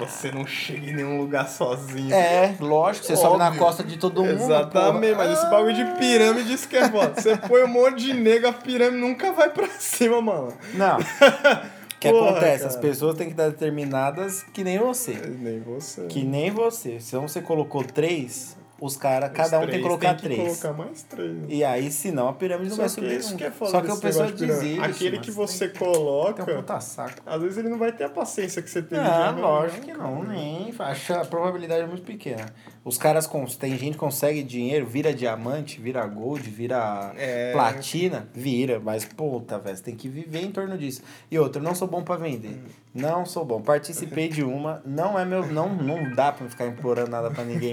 Você não chega em nenhum lugar sozinho. Ah. É, lógico, você sobe na Óbvio. costa de todo mundo. Exatamente, porra. mas esse bagulho de pirâmide isso que é foda. Você põe um monte de nega, a pirâmide nunca vai pra [laughs] cima, mano. [laughs] Não. O que Porra, acontece? cara. As pessoas têm que dar determinadas que nem você. Nem você. Que nem você. Se não você colocou três, os caras, Os cada um tem três que colocar Tem que três. colocar mais três. né? E aí, senão a pirâmide não Só vai que subir. isso nunca. que é foda Só que o desse pessoal negócio de pirâmide. desiste. assim, Aquele mas que você Tem tem um coloca, puta saco. às vezes ele não vai ter a paciência que você teve. de Ah, arranjar, lógico que cara. não, nem. acho A probabilidade é muito pequena. Os caras, cons- tem gente que consegue dinheiro, vira diamante, vira gold, vira É. platina, vira, mas puta, velho, você tem que viver em torno disso. E outra, não sou bom pra vender. Não sou bom. Participei de uma, não é meu, não, não dá pra ficar implorando nada pra ninguém.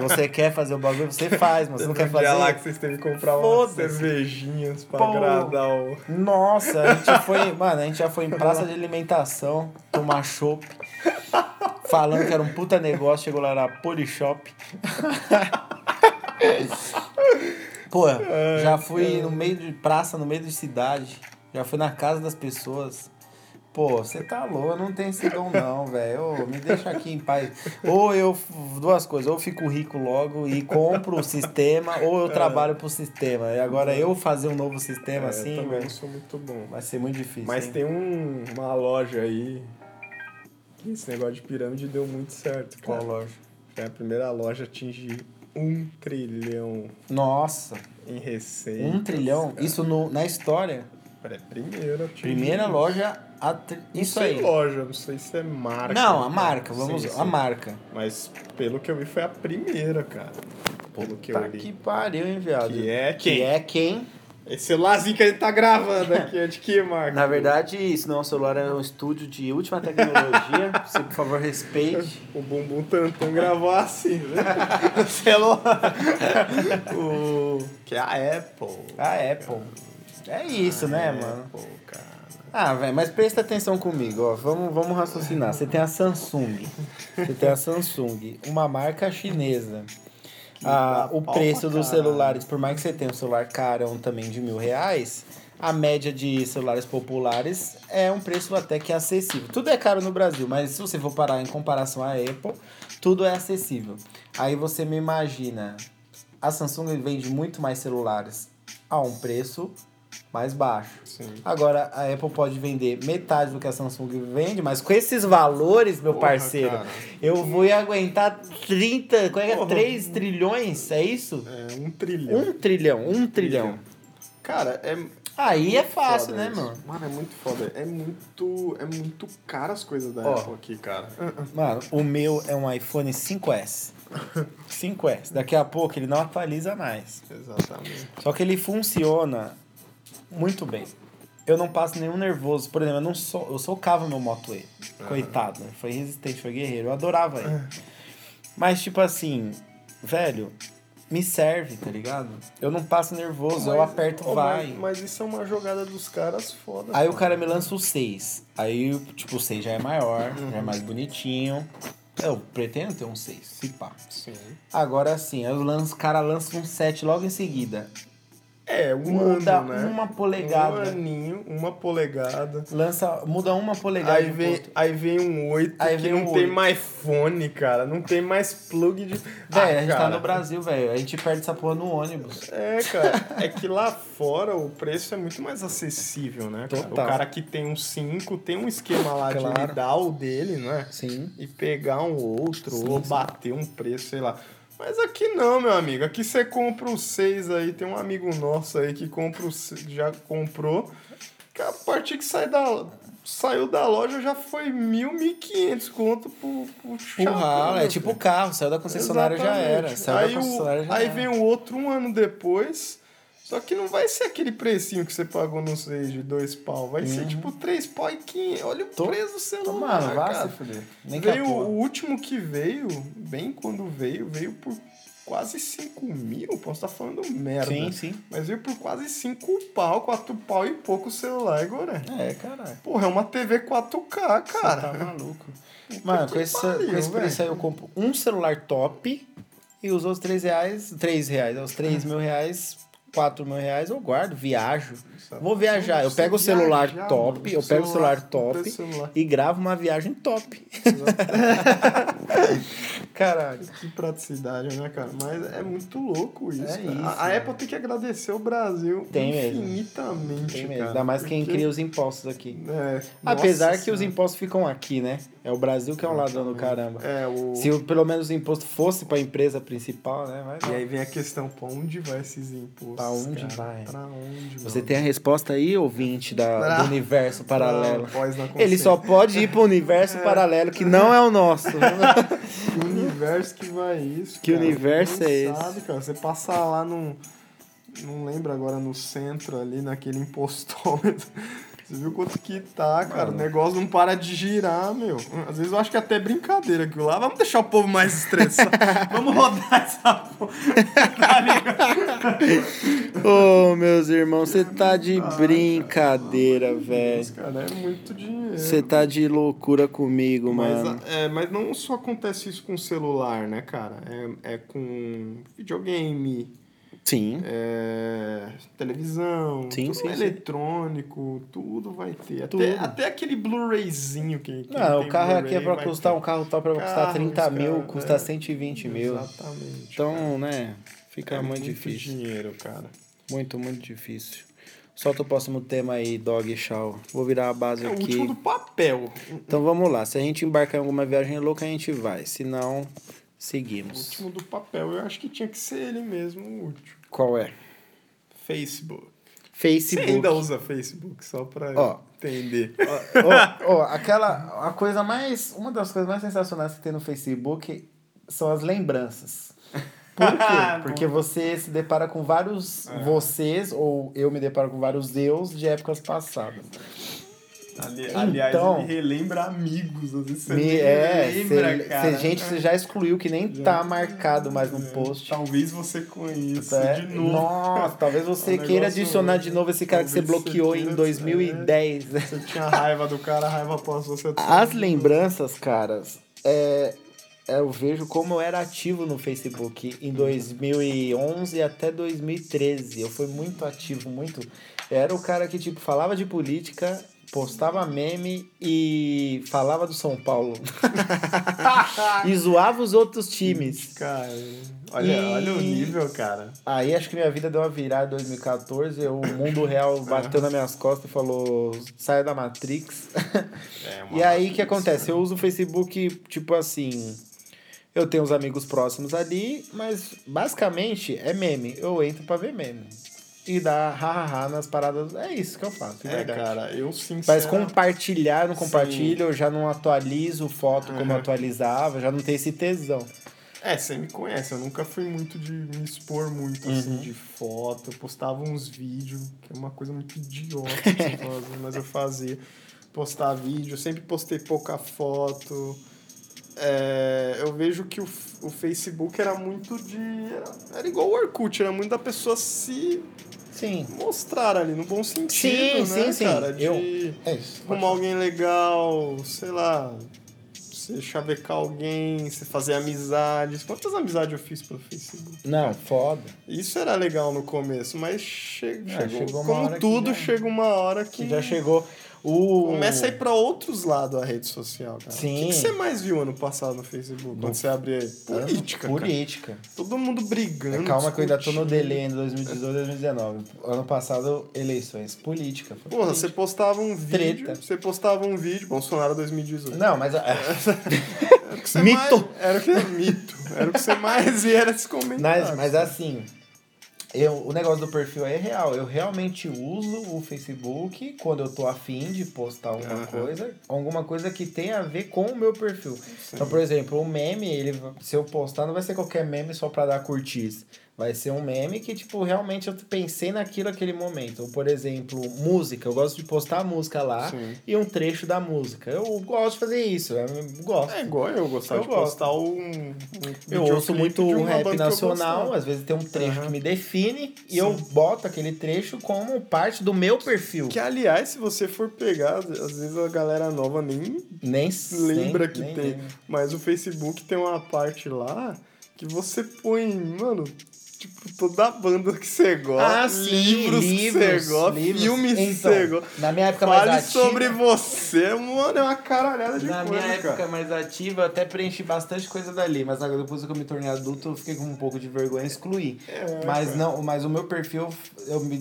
Você quer fazer o bagulho, você faz, mas você não quer Dia lá fazer. que vocês teve que comprar umas Foda-se. cervejinhas pra Pô. É, agradar o. Nossa, a gente foi, mano, a gente já foi em praça de alimentação, tomar chopp, falando que era um puta negócio, chegou lá na Polishop. Pô, já fui no meio de praça, no meio de cidade, já fui na casa das pessoas. Pô, você tá louco, eu não tem esse dom não, velho. Ô, Me deixa aqui em paz. Ou eu, duas coisas, ou eu fico rico logo e compro o sistema, ou eu trabalho pro sistema. E agora eu fazer um novo sistema É, eu assim, também velho, não sou muito bom. vai ser muito difícil. Mas hein? tem um, uma loja aí. que Esse negócio de pirâmide deu muito certo, é Qual cara. loja? Foi a primeira loja a atingir um trilhão Nossa, em receita. um trilhão? Isso no, na história? É, Primeira, atingir Primeira um loja, a tri- isso aí. Sem loja, não sei se é marca. Não, a marca, vamos, Sim, a sim. marca. Mas pelo que eu vi foi a primeira, cara. Pelo que Tá eu li. que pariu, hein, viado? Que é Que quem? é quem? Esse celularzinho que a gente tá gravando aqui é [laughs] de que marca? Na verdade, isso não é um celular, é um estúdio de última [laughs] tecnologia. Você, por favor, respeite. O Bumbum Tantan gravou assim, [laughs] né? O celular. o... Que é a Apple. A Apple. Ah, É isso, Ah, né, mano? Apple, cara. Ah, velho, mas presta atenção comigo, ó. Vamos, vamos raciocinar. Você tem a Samsung. Você tem a Samsung, uma marca chinesa. Ah, o pau preço pra dos caralho. celulares, por mais que você tenha um celular carão também de mil reais, a média de celulares populares é um preço até que acessível. Tudo é caro no Brasil, mas se você for parar em comparação à Apple, tudo é acessível. Aí você me imagina, a Samsung vende muito mais celulares a um preço mais baixo. Sim. Agora, a Apple pode vender metade do que a Samsung vende, mas com esses valores, meu Porra, parceiro, cara. eu vou ir aguentar 30, qual é? Porra. 3 trilhões, é isso? É, um trilhão. Um trilhão, um trilhão. Cara, é. Aí é muito fácil, foda né, isso. mano? Mano, é muito foda. É muito. É muito caro as coisas da Ó. Apple aqui, cara. Mano, o meu é um iPhone 5S. 5S. Daqui a pouco ele não atualiza mais. Exatamente. Só que ele funciona muito bem. Eu não passo nenhum nervoso. Por exemplo, eu não sou, eu socava meu Moto E. Coitado, né? foi resistente, foi guerreiro. Eu adorava ele. Mas, tipo assim, velho, me serve, tá ligado? Eu não passo nervoso, eu Mas- aperto, Ô, vai. Mas, mas isso é uma jogada dos caras foda. Aí cara. o cara me lança o 6. Aí, tipo, o 6 já é maior, já é Uhum. mais bonitinho. Eu pretendo ter um 6, se pá. Sim. Agora sim, aí eu lanço- o cara lança um 7 logo em seguida. É, um Muda ano, né? uma polegada. Um aninho, uma polegada. Lança, muda uma polegada. Aí de um vem, ponto. aí vem um 8 Aí que vem não um tem oito. mais fone, cara. Não tem mais plug de. Véi, Ah, a gente tá cara, no Brasil, velho. A gente perde essa porra no ônibus. É, cara. É que lá fora o preço é muito mais acessível, né? cara? Total. O cara que tem um 5 tem um esquema lá de Claro. ele dar o dele, não é? Sim. E pegar um outro, Sim, ou sim. bater um preço, sei lá. Mas aqui não, meu amigo. Aqui você compra o 6 aí. Tem um amigo nosso aí que compra o se- já comprou. Que a partir que sai da, saiu da loja já foi mil, mil e quinhentos conto pro, pro chapéu, Porra, é meu tipo filho. o carro. Saiu da concessionária já Exatamente. era. Saiu aí da concessionária o, já Aí era. vem o outro um ano depois. Só que não vai ser aquele precinho que você pagou no 6 de dois pau. Vai ser tipo três pau e 500. Olha o Tô- preço do celular. Então, mano, vai cara. se fuder. Nem que a veio, porra. o último que veio, bem quando veio, veio por quase 5 mil. Posso estar falando merda. Sim, sim. Mas veio por quase 5 pau, 4 pau e pouco o celular, Goré. É, caralho. Porra, é uma TV 4K, cara. Você tá maluco. Mano, que com esse, pariu, com esse preço aí eu velho. compro um celular top e os outros 3 reais, 3 reais, os 3 mil reais, 4 mil reais eu guardo, viajo. Vou viajar, eu pego o celular Viajar, top, mano. eu pego o celular top celular. e gravo uma viagem top. Caralho. Que praticidade, né, cara? Mas é muito louco isso. É cara. isso, a, a né? Apple tem que agradecer o Brasil Tem mesmo. infinitamente. Tem mesmo, cara, ainda mais quem porque- cria os impostos aqui. É, Apesar nossa que os senhora. impostos ficam aqui, né? É o Brasil que é um ladrão do caramba. É, o... Se o- pelo menos o imposto fosse pra empresa principal, né? Mas E não. aí vem a questão, pra onde vai esses impostos? Pra onde cara? vai? Pra onde, Você mano? tem a resposta aí, ouvinte da, do Ah. universo Ah, paralelo. pós na Ele só consciência. pode ir pro universo paralelo, que não é o [laughs] nosso. Que universo que vai isso, Que cara? universo Quem é esse? sabe, cara? Você passar lá num... Não lembro agora, no centro ali, naquele impostômetro. [laughs] Você viu quanto que tá, cara? O negócio não para de girar, meu. Às vezes eu acho que é até brincadeira aquilo lá. Vamos deixar o povo mais [laughs] estressado. Vamos rodar essa porra. Tá ligado? Ô, meus irmãos, você tá Ah, de brincadeira, Mas, velho. cara, é muito dinheiro. Você tá de loucura comigo, mano. Mas, é, mas não só acontece isso com celular, né, cara? É, é com videogame, Sim. é, televisão, Sim, tudo sim, sim. eletrônico, tudo vai ter. Até, Tudo. até aquele Blu-rayzinho que, que Não, o tem carro aqui é Blu-ray pra vai custar, ter. um carro top pra custar Carros, 30 mil, cara, custa é. 120 mil. Exatamente. cara. Então, né, fica É muito muito difícil. dinheiro, cara. Muito, muito difícil. Solta o próximo tema aí, Dog Shaw. Vou virar a base É o aqui. último do papel. Então vamos lá. Se a gente embarcar em alguma viagem louca, a gente vai. Se não, O seguimos. último do papel. Eu acho que tinha que ser ele mesmo, o último. Qual é? então. Facebook. Você Facebook. ainda usa Facebook, só pra Ó. entender. Ó, ó, aquela. A coisa mais. Uma das coisas mais sensacionais que tem no Facebook são as lembranças. Por [laughs] quê? Ah, Porque você se depara com vários vocês, ou eu me deparo com vários eus de épocas passadas. Ali- aliás, Então- ele relembra amigos. Às vezes você Me- nem é, relembra, cê- cara. cê- gente, você já excluiu que nem tá marcado mais É. no post. Talvez você conheça É, de novo. Nossa, talvez [laughs] você É um queira negócio- adicionar de novo esse cara que você talvez você bloqueou em queira- né? 2010. Você tinha raiva do cara, a raiva passou, você... As lembranças, caras, é, é, eu vejo como eu era ativo no Facebook em 2011 até 2013. Eu fui muito ativo, muito. Eu era o cara que, tipo, falava de política, postava meme e falava do São Paulo. e zoava os outros times. Cara, Olha, olha o E- nível, cara. Aí acho que minha vida deu uma virada em 2014. eu- o mundo real bateu nas minhas costas e falou: saia da Matrix. [laughs] É uma E aí o que acontece? Eu uso o Facebook, tipo assim. Eu tenho os amigos próximos ali, mas basicamente é meme. Eu entro pra ver meme. E dar hahaha nas paradas. É isso que eu faço. de é, verdade. cara, eu Mas sinceramente... compartilhar, eu não Sim. compartilho, eu já não atualizo foto como eu Uhum. atualizava, já não tenho esse tesão. É, você me conhece, eu nunca fui muito de me expor muito, Uhum. assim, de foto. Eu postava uns vídeos, que é uma coisa muito [laughs] idiota que você fazia, mas eu fazia. Postar vídeo, eu sempre postei pouca foto. É, eu vejo que o, f- o Facebook era muito de. Era, era igual o Orkut, era muito da pessoa se Sim. mostrar ali, no bom sentido, Sim, né, sim, sim. cara? De... Eu- É isso. arrumar alguém legal, sei lá, você chavecar alguém, você fazer amizades. Quantas amizades eu fiz pelo Facebook? Não, foda. Isso era legal no começo, mas che- É, chegou, chegou uma hora como que já- tudo, chega uma hora que, Que já chegou o. começa a ir pra outros lados a rede social, cara. Sim. O que, que você mais viu ano passado no Facebook? No- Quando você abria política, cara. Política. Todo mundo brigando. É, Calma que eu ainda tô no discutindo. delay ainda, 2018, 2019. Ano passado, eleições. Política. foi Porra, política. você postava um vídeo, Treta. você postava um vídeo, Bolsonaro 2018. Não, [laughs] mas. ah, Era o que você Mito. mais- era o que mito. Era o que você mais ia era se comentar. Mas, mas assim. Eu, o negócio do perfil aí é real. Eu realmente uso o Facebook quando eu tô afim de postar alguma Aham. coisa, alguma coisa que tenha a ver com o meu perfil. Então, por exemplo, o meme, ele, se eu postar, não vai ser qualquer meme só pra dar curtis. Vai ser um meme que, tipo, realmente eu pensei naquilo naquele momento. Ou, por exemplo, música. Eu gosto de postar a música lá Sim. e um trecho da música. Eu gosto de fazer isso, eu gosto. É igual eu Eu gostava de gosto. postar um. um Eu videoclipe ouço muito de uma banda rap que eu nacional, gostava. às vezes tem um trecho Aham. que me define e eu boto aquele trecho como parte do meu perfil. Que, aliás, se você for pegar, às às vezes a galera nova nem. Nem Lembra nem- que nem- tem. nem- Mas o Facebook tem uma parte lá que você põe, mano. Tipo, toda a banda que você gosta, Ah, sim, livros, que livros, você gosta, livros. filmes que Então, você gosta. Na minha época Fale mais ativa, sobre você, mano, é uma caralhada de na minha coisa, época Tipo, né, cara. mais ativa, eu até preenchi bastante coisa dali, mas agora depois que eu me tornei adulto, eu fiquei com um pouco de vergonha e excluí. É, mas cara. não, mas o meu perfil eu me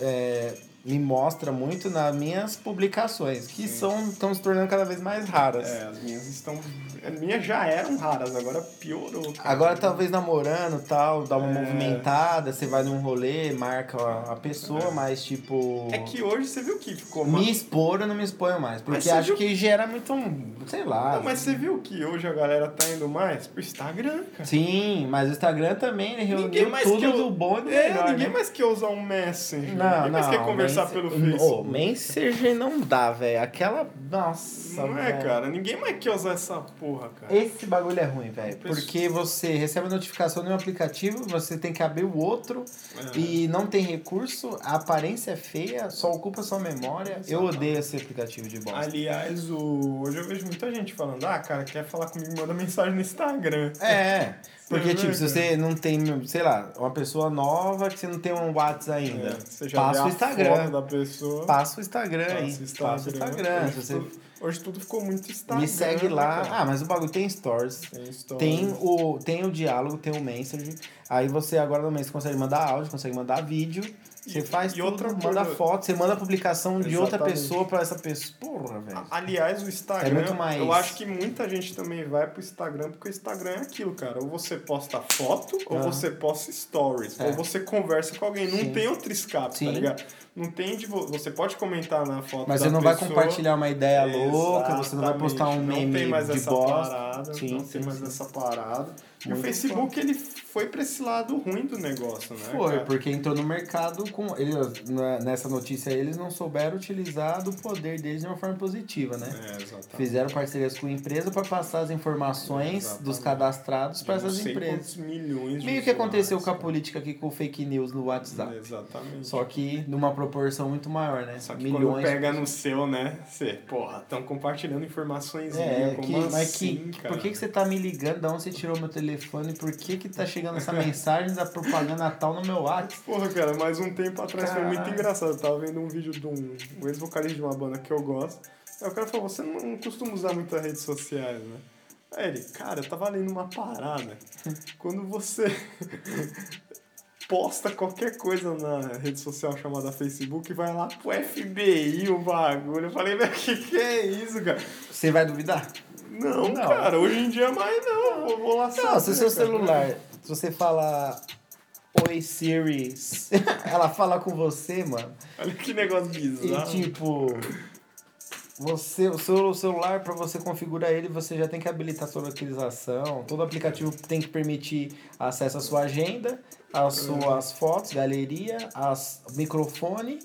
é, me mostra muito nas minhas publicações, que são estão se tornando cada vez mais raras. É, as minhas estão. As minhas já eram raras, agora piorou. Cara. Agora talvez namorando tal, dá uma É. movimentada, você vai num rolê, marca a- a pessoa, mas tipo. É que hoje você viu que ficou uma- Me expor eu não me exponho mais. Porque você acho viu- que gera muito um. Sei lá. Não, mas você viu que hoje a galera tá indo mais pro Instagram, cara. Sim, mas o Instagram também ele reuniu Ninguém mais tudo que eu- do bom e do É, melhor. ninguém né? mais quer usar um Messenger. Não, ninguém não. mais quer conversar pelo Messenger- Facebook. Ô, Messenger não dá, velho. Aquela. Nossa. não é, velho. cara. Ninguém mais quer usar essa porra, cara. Esse bagulho é ruim, velho. Pessoa- Porque você recebe a notificação de um aplicativo, você tem que abrir o outro É. e não tem recurso, a aparência é feia, só ocupa sua memória. Eu odeio esse aplicativo de bosta. Aliás, o... hoje eu vejo muita gente falando, ah, cara, quer falar comigo, manda mensagem no Instagram. É, porque Você tipo, vê, se você não tem, sei lá, uma pessoa nova que você não tem um WhatsApp ainda, É, você já vê passa a o Instagram. foto da pessoa. Passa o Instagram aí. Passa o Instagram. Passa o Instagram. É Hoje, Se você tudo, hoje tudo ficou muito Instagram. né? me né, segue lá. Tá cara. Então, é Ah, mas o bagulho tem stories. tem stories. Tem o, tem o diálogo, tem o message. Aí você agora no mês consegue mandar áudio, consegue mandar vídeo. Você E- faz e tudo, outra manda coisa- foto, você manda a publicação de outra Exatamente. pessoa pra essa pessoa. Porra, velho. A- Aliás, o Instagram, É muito mais- eu acho que muita gente também vai pro Instagram, porque o Instagram é aquilo, cara. Ou você posta foto, ou Ah. você posta stories, É. ou você conversa com alguém. Não Sim. tem outro escape, Sim. tá ligado? Não tem de... vo- Você pode comentar na foto Mas da você não vai pessoa. compartilhar uma ideia louca, você não vai Exatamente. postar um Não meme tem mais de essa bosta. Parada, Sim, não sim, tem mais sim. essa parada. E o Facebook, ele foi pra esse lado ruim do negócio, né? Foi, cara? porque entrou no mercado com. Eles, na- nessa notícia aí, eles não souberam utilizar do poder deles de uma forma positiva, né? É, exatamente. Fizeram parcerias com empresa para passar as informações Exatamente. dos cadastrados para De não essas sei empresas. quantos milhões de Meio que aconteceu usuários, com a cara. política aqui com o fake news no WhatsApp. Exatamente. Só que numa proporção muito maior, né? Só que Milhões. quando pega no seu, né? Você, porra, estão compartilhando informações É, minhas, que, como mas assim, que, cara? por que, que você tá me ligando? Da onde você tirou meu telefone? Por que que tá chegando [laughs] essa mensagem da propaganda tal no meu WhatsApp? Porra, cara, mas um tempo atrás foi muito Caralho. engraçado. Eu tava vendo um vídeo de um, um ex-vocalista de uma banda que eu gosto. Aí o cara falou, você não costuma usar muitas redes sociais, né? Aí ele, cara, eu tava lendo uma parada. Quando você [laughs] posta qualquer coisa na rede social chamada Facebook, vai lá pro FBI o bagulho. Eu falei, meu, que que é isso, cara? Você vai duvidar? Não, Não. cara, hoje em dia mais não. Eu vou lá Não, se o seu cara. celular, se você falar Oi Siri, [laughs] ela fala com você, mano. Olha que negócio E bizarro. tipo, você, o seu celular para você configurar ele, você já tem que habilitar sua localização. Todo aplicativo tem que permitir acesso à sua agenda, É. às suas fotos, galeria, as microfone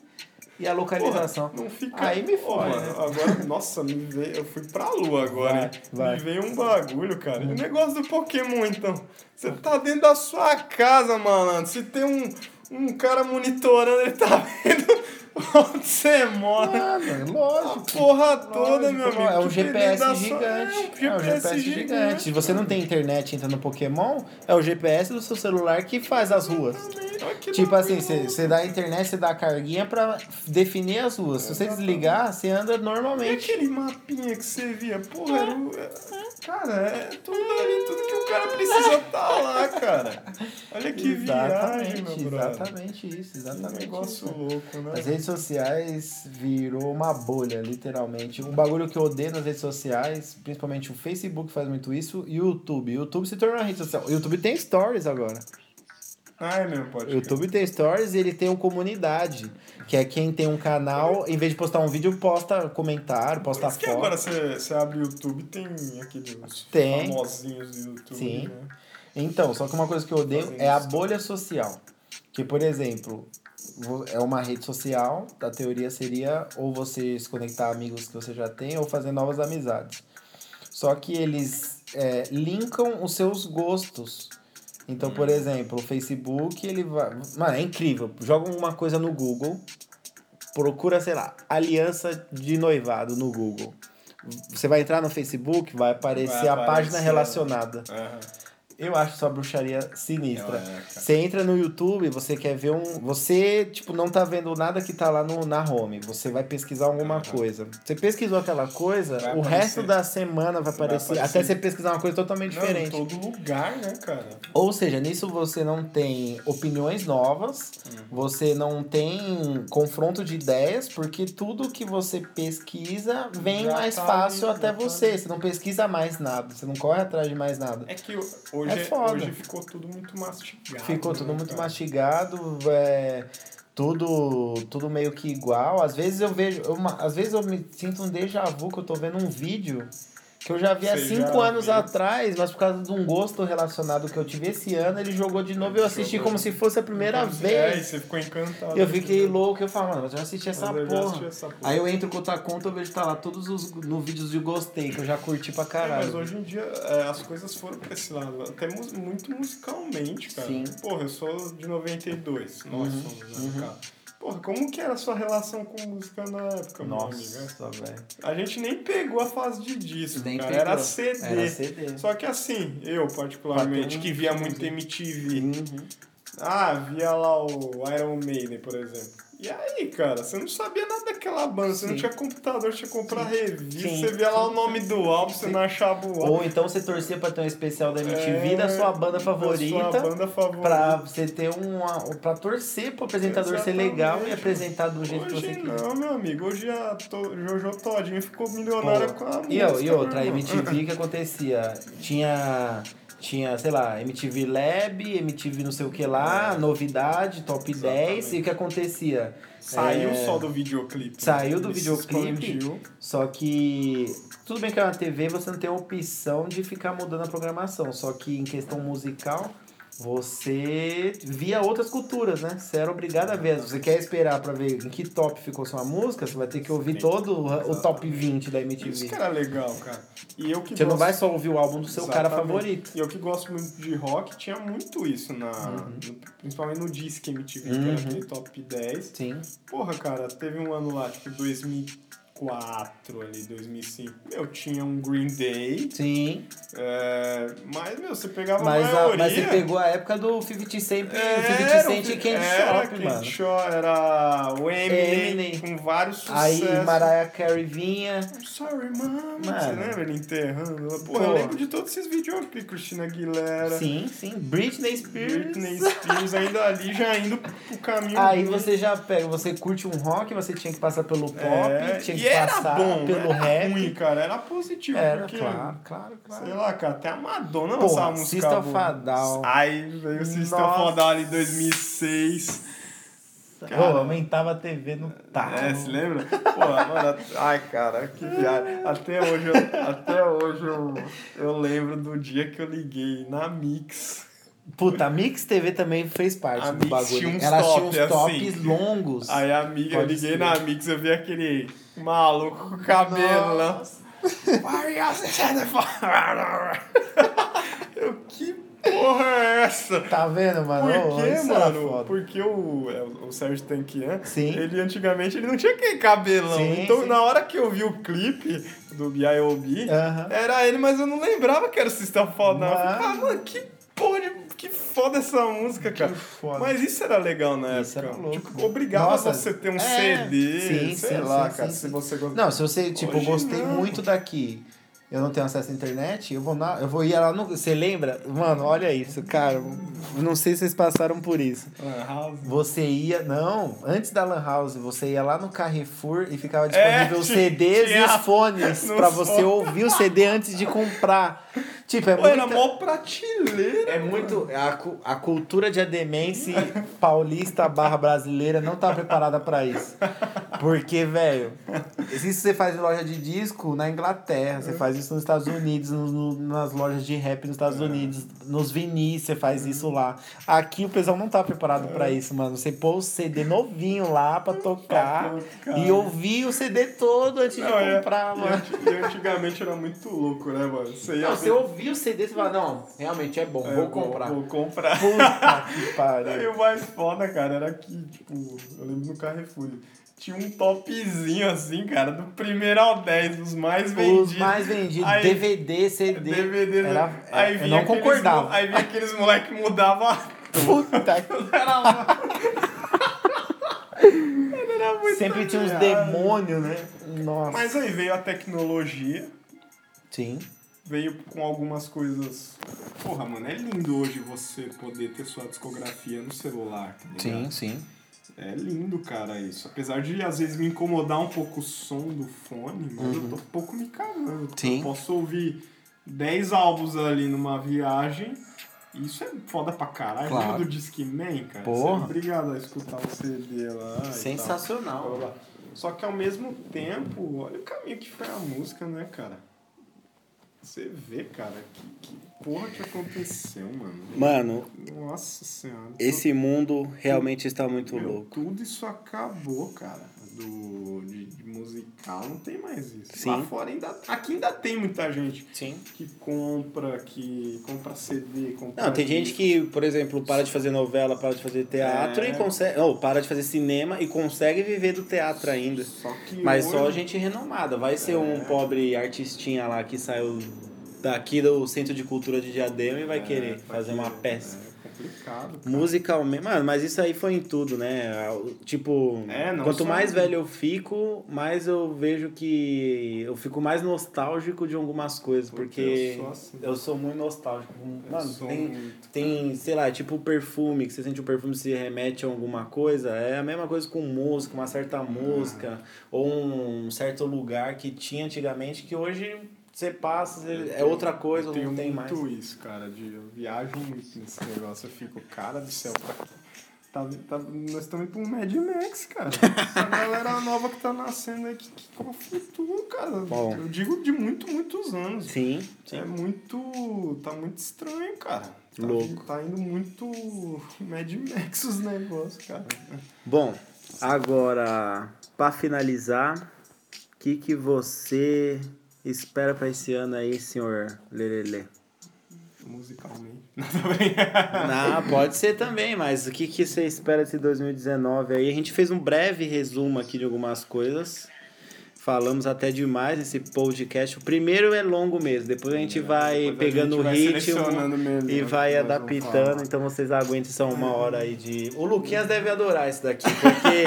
e a localização. Porra, não fica. Aí me Ó, fode, mano, né? Agora, nossa, me veio, eu fui pra lua agora, Vai, vai. Hum. hein? Me veio um bagulho, cara. E o negócio do Pokémon, então. Você tá dentro da sua casa, malandro. Se tem um, um cara monitorando, ele tá [laughs] vendo onde você mora. Ah, mano, A lógico. porra toda, Lógico, meu amigo. É um Porque GPS dentro da sua- gigante. É um GPS, gigante. Se você não tem internet e entra no Pokémon, é o GPS do seu celular que faz as ruas. Olha que Tipo assim, bagulho louco. você dá a internet, você dá a carguinha pra definir as ruas. Se você desligar, você anda E normalmente. aquele mapinha que você via, porra, era o- é- cara, é tudo ali, tudo que o cara precisa tá lá, cara. Olha que viagem, meu brother. exatamente isso, Um exatamente negócio isso. louco, né? As redes sociais virou uma bolha, literalmente. Um bagulho que eu odeio nas redes sociais, principalmente o Facebook faz muito isso, e o YouTube. O YouTube se tornou uma rede social. O YouTube tem stories agora. é- Ai, meu, pode O crer. YouTube tem stories e ele tem um comunidade, que é quem tem um canal, em vez de postar um vídeo, posta comentário, Por posta isso que foto. agora você você abre o YouTube, tem aqueles Tem. famosinhos do YouTube, Sim. né? Então, só que uma coisa que eu odeio Fazendo é a isso. bolha social. Que, por exemplo, vo- é uma rede social, a teoria seria ou você se conectar a amigos que você já tem ou fazer novas amizades. Só que eles é, linkam os seus gostos. Então, por Hum. exemplo, o Facebook, ele vai. Mano, é incrível. Joga uma coisa no Google, procura, sei lá, aliança de noivado no Google. Você vai entrar no Facebook, vai aparecer, a página aparecer. relacionada. Aham. Eu acho só bruxaria sinistra. É, cara. Você entra no YouTube, você quer ver um. Você, tipo, não tá vendo nada que tá lá no, na home. Você vai pesquisar alguma Aham. coisa. Você pesquisou aquela coisa, Vai o aparecer. resto da semana vai Vai aparecer, aparecer. Até você pesquisar uma coisa totalmente Não, em diferente. todo lugar, né, cara? Ou seja, nisso você não tem opiniões novas, Hum. você não tem confronto de ideias, porque tudo que você pesquisa vem Já mais tá fácil ali, até já tá você. ali. Você não pesquisa mais nada, você não corre atrás de mais nada. É que hoje, É foda. hoje ficou tudo muito mastigado. Ficou né, tudo muito cara? mastigado, é, tudo, tudo meio que igual. Às vezes eu vejo, uma, às vezes eu me sinto um déjà vu que eu tô vendo um vídeo que eu já vi há Você cinco já anos viu. atrás, mas por causa de um gosto relacionado que eu tive esse ano, ele jogou de novo e eu assisti Jogou. como se fosse a primeira Então, É, e vez. você ficou encantado. E eu fiquei entendeu? louco, eu falo, mano, mas eu já assisti essa Mas eu já assisti porra. essa porra. Aí eu entro com outra conta, eu vejo que tá lá todos os no vídeos de gostei, que eu já curti pra É, caralho. mas hoje em dia é, as coisas foram pra esse lado, até mu- muito musicalmente, cara. Sim. Porra, eu sou de 92, nós Uhum, somos, né, cara? Porra, como que era a sua relação com música na época, meu amigo? Nossa, velho. A gente nem pegou a fase de disco, Nem cara. pegou. Era CD. Era CD. Só que assim, eu particularmente, Bateu um- que via muito MTV, Uhum. ah, via lá o Iron Maiden, por exemplo. E aí, cara, você não sabia nada daquela banda, você não Sim. tinha computador, tinha que comprar revista, Sim. você via lá o nome do álbum, você não achava o álbum. Ou então você torcia pra ter um especial da MTV É, da sua banda da favorita. sua banda favorita. Pra você ter uma. Pra torcer pro apresentador ser legal e Exatamente. apresentar do jeito que você Hoje quer. não, meu amigo. Hoje a to... Jojo Todinho ficou milionária com a música. né, E, ó, e outra, a meu irmão. MTV que acontecia? Tinha Tinha, sei lá, MTV Lab, MTV não sei o que É. lá, novidade, top 10. E o que acontecia? Saiu É, só do videoclipe. Saiu do Ele se videoclipe. expandiu. Só que. Tudo bem que é uma TV, você não tem a opção de ficar mudando a programação. Só que em questão musical, você via outras culturas, né? Você era obrigado a ver. Se você quer esperar pra ver em que top ficou sua música, você vai ter que ouvir todo o, o top 20 da Isso MTV. que é era legal, cara. E eu que Você não gosto- vai só ouvir o álbum do seu cara Exatamente. favorito. E eu que gosto muito de rock, tinha muito isso, na, no- principalmente no Disque MTV, que era Uhum. aquele top 10. Sim. Porra, cara, teve um ano lá, tipo 2004 ali, 2005. Eu tinha um Green Day, Sim. é, mas, meu, você pegava Mas, a a- maioria... mas você pegou a época do 50 Cent, Era do 50 um- Cent e Candy era Shop, Candy mano. É, Shop, era o Eminem, Eminem. com vários sucessos. Aí Mariah Carey vinha. I'm sorry, mama. Você Mano. lembra ele enterrando? Porra, eu Pô. lembro de todos esses videoclipes. Cristina Aguilera, Sim, sim. Britney Spears. Britney Spears, ainda ali, já indo pro caminho... Aí do- você já pega, você curte um rock, você tinha que passar pelo pop, É, tinha e que era passar bom, pelo era rap. ruim, cara. Era positivo, Era, porque... claro, claro, claro. Sei lá, cara, até a Madonna Porra, lançava música System of boa. a Down. Aí veio o System Nossa. of a Down ali em 2006. Pô, aumentava a TV no Tá. talo. É, se lembra? Pô, mano, at- ai, cara, que viagem. Até hoje, eu, até hoje eu, eu lembro do dia que eu liguei na Mix. Puta, a Mix TV também fez parte A do Mix bagulho. tinha uns Ela top, tinha uns tops assim. longos. Aí a amiga, eu Pode liguei ser. na Mix, eu vi aquele maluco com cabelo lá. Eu, que porra é essa? Tá vendo, mano? Ô, Por que, isso era mano? foda. Porque o, é, o Sérgio Tanquian, Sim. ele antigamente ele não tinha aquele cabelão. Sim, então, sim. Ah. na hora que eu vi o clipe do B.I.O.B., Aham. era ele, mas eu não lembrava que era o System of a Down. Eu falei, Ah, Mano. mano, que porra, de- que foda essa música, cara. foda. Mas isso era legal na Isso época. era louco. Tipo, obrigava Nossa, você a ter um é. CD, Sim, sei sim, lá, sim, cara, sim, se sim. você gostar. Não, se você, tipo, Hoje gostei não. muito daqui, eu não tenho acesso à internet, eu vou na, eu vou ir lá no, você lembra? Mano, olha isso, cara. Não sei se vocês passaram por isso. Ah, Você ia, não, antes da Lan House, você ia lá no Carrefour e ficava disponível É, os ti- CDs e tinha- os [laughs] fones no pra você fone. ouvir o CD antes de comprar. Tipo, é Pô, era muito mó prateleira. é muito a, cu- a cultura de ademense paulista barra brasileira não tá preparada pra isso. Porque, velho, isso você faz em loja de disco na Inglaterra, você faz isso nos Estados Unidos, no- no- nas lojas de rap nos Estados Unidos, nos vinis, você faz isso lá. Aqui o pessoal não tá preparado pra isso, mano. Você pôr o CD novinho lá pra tocar tocar. e ouvir o CD todo antes de Não, é- comprar, e mano. anti- E antigamente era muito louco, né, mano? Você ia Não, ver- você ouvir o CD, você fala, não, realmente é bom, É, vou comprar. Vou comprar. Puta que E pariu. o mais foda, cara, era que, tipo, eu lembro no Carrefour. Tinha um topzinho assim, cara, do primeiro ao 10, dos mais vendidos. Os mais vendidos, Aí- DVD, CD. DVD, né? era, é, aí eu vinha não aqueles concordava. mo- Aí vinha aqueles moleque mudava. [laughs] [laughs] Puta que Era, era muito Sempre tinha uns viado. demônios, né? Nossa. Mas aí veio a tecnologia, Sim. veio com algumas coisas. Porra, mano, é lindo hoje você poder ter sua discografia no celular, tá ligado? sim. É lindo, cara, isso. Apesar de às vezes me incomodar um pouco o som do fone, mas Uhum. eu tô um pouco me cagando. Sim. Eu posso ouvir 10 álbuns ali numa viagem. e Isso é foda pra caralho. Claro. Lembra do Discman, cara? Porra. Você é obrigado a escutar um CD lá. tá. e tal. Sensacional. Blá, blá. Só que ao mesmo tempo, olha o caminho que foi a música, né, cara? Você vê, cara, que, que porra que aconteceu, mano. Mano, Nossa senhora. esse mundo realmente está muito Meu, louco. Tudo isso acabou, cara. Do, de, de musical, não tem mais isso. Sim. Lá fora ainda. Aqui ainda tem muita gente Sim. que compra, que compra CD, compra. Não, tem gente disco. que, por exemplo, para de fazer novela, para de fazer teatro É. e consegue. Ou para de fazer cinema e consegue viver do teatro ainda. Só que Mas hoje, só gente renomada. Vai ser É. um pobre artistinha lá que saiu daqui do Centro de Cultura de Diadema e vai é, querer tá fazer aqui, uma peça. É complicado. cara. Musicalmente, mano, mas isso aí foi em tudo, né? Tipo, É, não quanto só- mais velho eu fico, mais eu vejo que eu fico mais nostálgico de algumas coisas, Puta, porque eu sou assim. eu sou muito nostálgico. Eu Mano, sou um tem, muito- tem, sei lá, tipo perfume, que você sente o perfume se remete a alguma coisa, é a mesma coisa com música, Ah. uma certa música, ou um certo lugar que tinha antigamente que hoje você passa, é outra coisa, Eu tenho não tem mais. muito isso, cara, de eu viajo muito nesse negócio. Eu fico, cara do céu, pra quê? Tá, tá, nós estamos indo pra um Mad Max, cara. Essa galera nova que tá nascendo aí, que, que, qual é o futuro, cara? Bom. Eu digo de muito, muitos anos. Sim, É muito. Tá muito estranho, cara. Tá, Louco. Tá indo muito Mad Max os negócios, cara. Bom, agora, pra finalizar, o que, que você espera pra esse ano aí, senhor Lelele? Musicalmente. [laughs] Nada bem. [laughs] Não, Ah, pode ser também, mas o que, que você espera desse 2019 aí? A gente fez um breve resumo aqui de algumas coisas. Falamos até demais nesse podcast. O primeiro é longo mesmo, depois a gente vai É, Depois a pegando gente o vai ritmo selecionando mesmo, e né, vai que nós vamos adaptando. falar. Então vocês aguentem só uma hora aí de. O Luquinhas deve adorar isso daqui, porque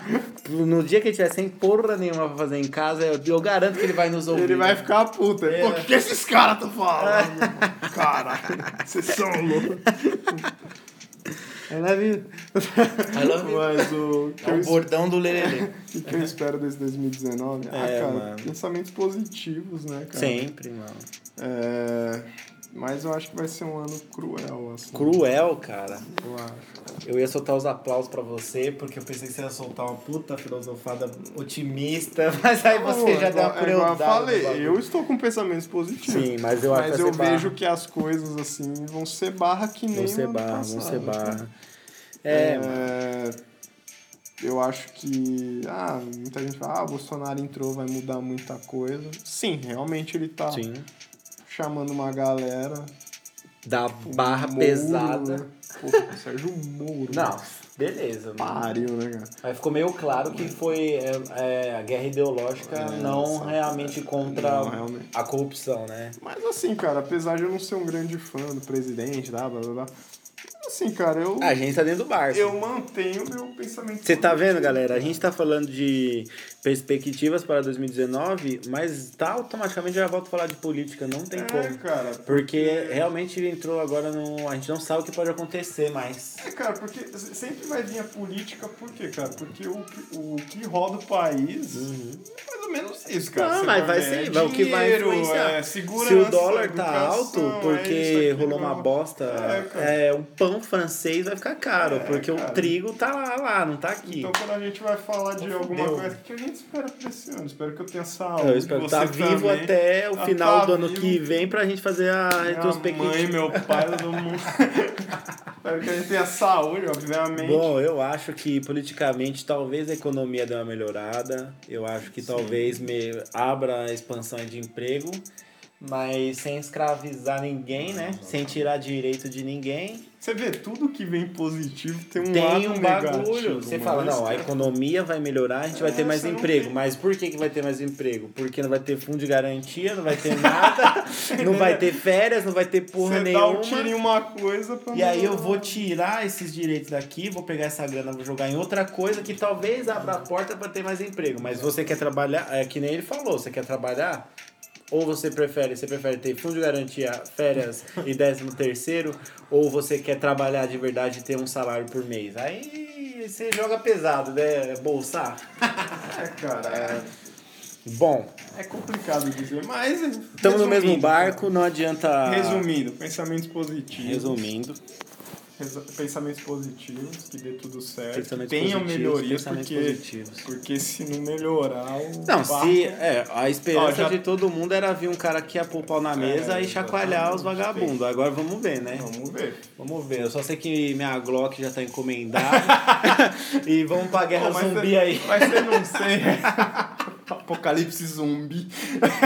[laughs] no dia que ele tiver sem porra nenhuma pra fazer em casa, eu- eu garanto que ele vai nos ouvir. Ele vai ficar puta. É. Pô, o que, que esses caras estão falando? cara, vocês são loucos. I love you. I love you. [laughs] Mas o que, É eu, o es- bordão do Lelele. o que eu espero desse 2019? ah, É, cara, mano. pensamentos positivos, né, cara? Sempre, mano. É, mas eu acho que vai ser um ano cruel, assim. Cruel, cara. Eu acho. Eu ia soltar os aplausos pra você, porque eu pensei que você ia soltar uma puta filosofada otimista, [laughs] mas aí você Pô, já deu é a igual- é igual eu crueldade. do falei, bagulho. eu estou com pensamentos positivos. Sim, mas eu acho Mas que eu vai ser barra. vejo que as coisas, assim, vão ser barra que nem Vão ser o ano barra, vão passado, ser né? barra. É, mano. É, eu acho que. Ah, muita gente fala, ah, Bolsonaro entrou, vai mudar muita coisa. Sim, realmente ele tá sim. chamando uma galera. Da o barra Moro, Tá pesada. né? Pô, o [laughs] Sérgio Moro. Não, né? beleza. Mano. Pariu, né, cara? Mas ficou meio claro que foi é, é, a guerra ideológica É, não nossa. realmente contra É, Não, realmente. a corrupção, né? Mas assim, cara, apesar de eu não ser um grande fã do presidente, tá, blá blá blá. Assim, cara, eu. A gente tá dentro do barco. Eu mantenho meu pensamento. Você tá vendo, positivo, galera? A cara. gente tá falando de perspectivas para 2019, mas tá automaticamente já volto a falar de política, não tem é, como. cara. Porque realmente entrou agora no. A gente não sabe o que pode acontecer mais. É, cara, porque se- sempre vai vir a política, por quê, cara? Porque o, que- o que roda o país é mais ou menos isso, cara. Uhum. Não, Você mas vai ver, ser, é vai- o que vai dinheiro, influenciar. É, Se segurança, o dólar tá alto, educação, é porque isso, aquilo, rolou uma blá. bosta, É, cara. é, o pão francês vai ficar caro, É, porque cara. o trigo tá lá, lá, não tá aqui. Então quando a gente vai falar de Então, alguma fudeu. coisa, o que a gente espera pra esse ano? Espero que eu tenha saúde. eu espero você estar vivo também. até o Ah, final tá do ano vivo. que vem pra gente fazer a Minha retrospectiva. mãe, meu pai, [laughs] todo mundo. espero que a gente tenha saúde, obviamente. Bom, eu acho que politicamente talvez a economia dê uma melhorada. Eu acho que talvez me abra a expansão de emprego, mas sem escravizar ninguém, né? Sem tirar direito de ninguém. Você vê, tudo que vem positivo tem um lado Tem um bagulho. negativo, Você mano. fala, Isso não, a que é economia vai melhorar, a gente vai É, ter mais você não emprego. tem- Mas por que, que vai ter mais emprego? Porque não vai ter fundo de garantia, não vai ter [laughs] nada, não vai ter férias, não vai ter porra Você nenhuma. dá o tiro em uma coisa pra E aí melhorar. eu vou tirar esses direitos daqui, vou pegar essa grana, vou jogar em outra coisa que talvez abra a porta pra ter mais emprego. Mas você quer trabalhar, é que nem ele falou, você quer trabalhar? Ou você prefere, você prefere ter fundo de garantia, férias e décimo terceiro, ou você quer trabalhar de verdade e ter um salário por mês? Aí você joga pesado, né? Bolsar. É, cara, é, Bom, é complicado dizer, mas. é, estamos no mesmo resumindo, barco, não adianta. cara. Resumindo, pensamentos positivos. Resumindo. Resa- Pensamentos positivos, que dê tudo certo. que Pensamentos Tenham positivos, melhorias, pensamentos porque, positivos. porque se não melhorar. O Não, barco- se. É, a esperança Ó, já- de todo mundo era vir um cara que ia pôr o pau na mesa É, e chacoalhar os vagabundos. Agora vamos ver, né? Vamos ver. Vamos ver. Eu só sei que minha Glock já tá [laughs] encomendada. e vamos pra guerra Pô, mas zumbi cê- aí. Mas você não sei. [laughs] Apocalipse zumbi. [laughs]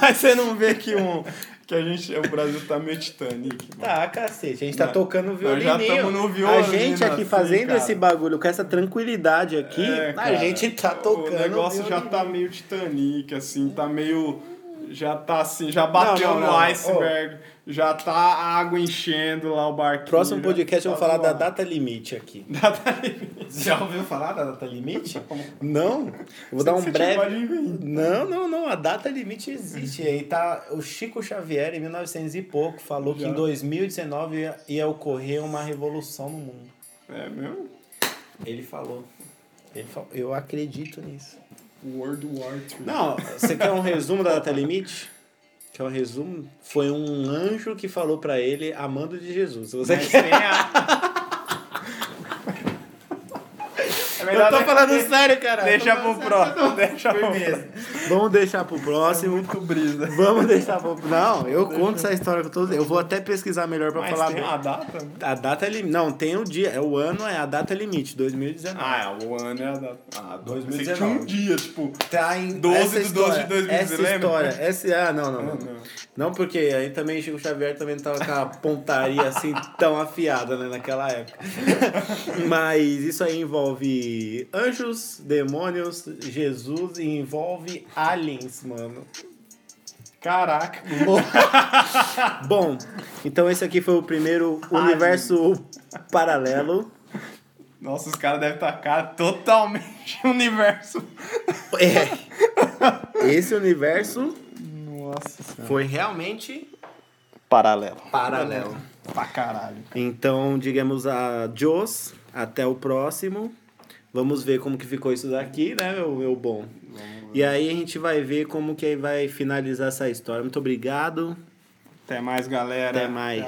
mas você não vê que, um, que a gente, o Brasil tá meio Titanic. mano. Tá, cacete. A gente tá Não, tocando nós violininho. já tamo no A violino, gente aqui assim, fazendo cara. esse bagulho com essa tranquilidade aqui, É, a cara, gente tá tocando. O negócio já violino. tá meio Titanic, assim, tá meio. Já tá assim, já bateu Não, não, não, não. no iceberg, já tá a água enchendo lá o barquinho. Próximo já podcast eu vou tá falar da zoado. data limite aqui. [laughs] Data limite. Já ouviu falar da data limite? Não. Eu Vou Sei dar que um você breve. pode inventar. Não, não, não. A data limite existe. E aí tá o Chico Xavier, em 1900 e pouco, falou que Já. em 2019 ia, ia ocorrer uma revolução no mundo. É mesmo? Ele falou. Ele falou. Eu acredito nisso. World War III. Não, você quer um resumo da data limite? que é o resumo, foi um anjo que falou pra ele, amando de Jesus. Se você Mas quer... tem [laughs] a- [laughs] É Eu tô falando sério, cara. Deixa Eu tô pro falando sério. próximo. Deixa pro próximo. Vamos deixar pro próximo. Muito brisa. Vamos deixar pro... Não, eu conto essa história com todos. Eu vou até pesquisar melhor pra falar. Mas tem a data? né? A data é limite. Não, tem o dia. É o ano, é a data limite, 2019. Ah, é, o ano é a data. Ah, 2019. Tinha um dia, tipo... Tá em 12 essa de 12 de história, 2000, Essa você lembra? história, essa. Ah, não, não, não. não. Não, porque aí também Chico Xavier também não tava com a pontaria assim tão afiada, né, naquela época. [laughs] Mas isso aí envolve anjos, demônios, Jesus e envolve aliens, mano. Caraca. Bom, então esse aqui foi o primeiro universo paralelo. Nossa, os caras devem tacar totalmente [laughs] o universo. É. [laughs] Esse universo Nossa senhora. foi realmente Paralelo. paralelo. Pra caralho. Então, digamos a Jos, até o próximo. Vamos ver como que ficou isso daqui, né, meu, meu bom? E aí a gente vai ver como que aí vai finalizar essa história. Muito obrigado. Até mais, galera. Até mais.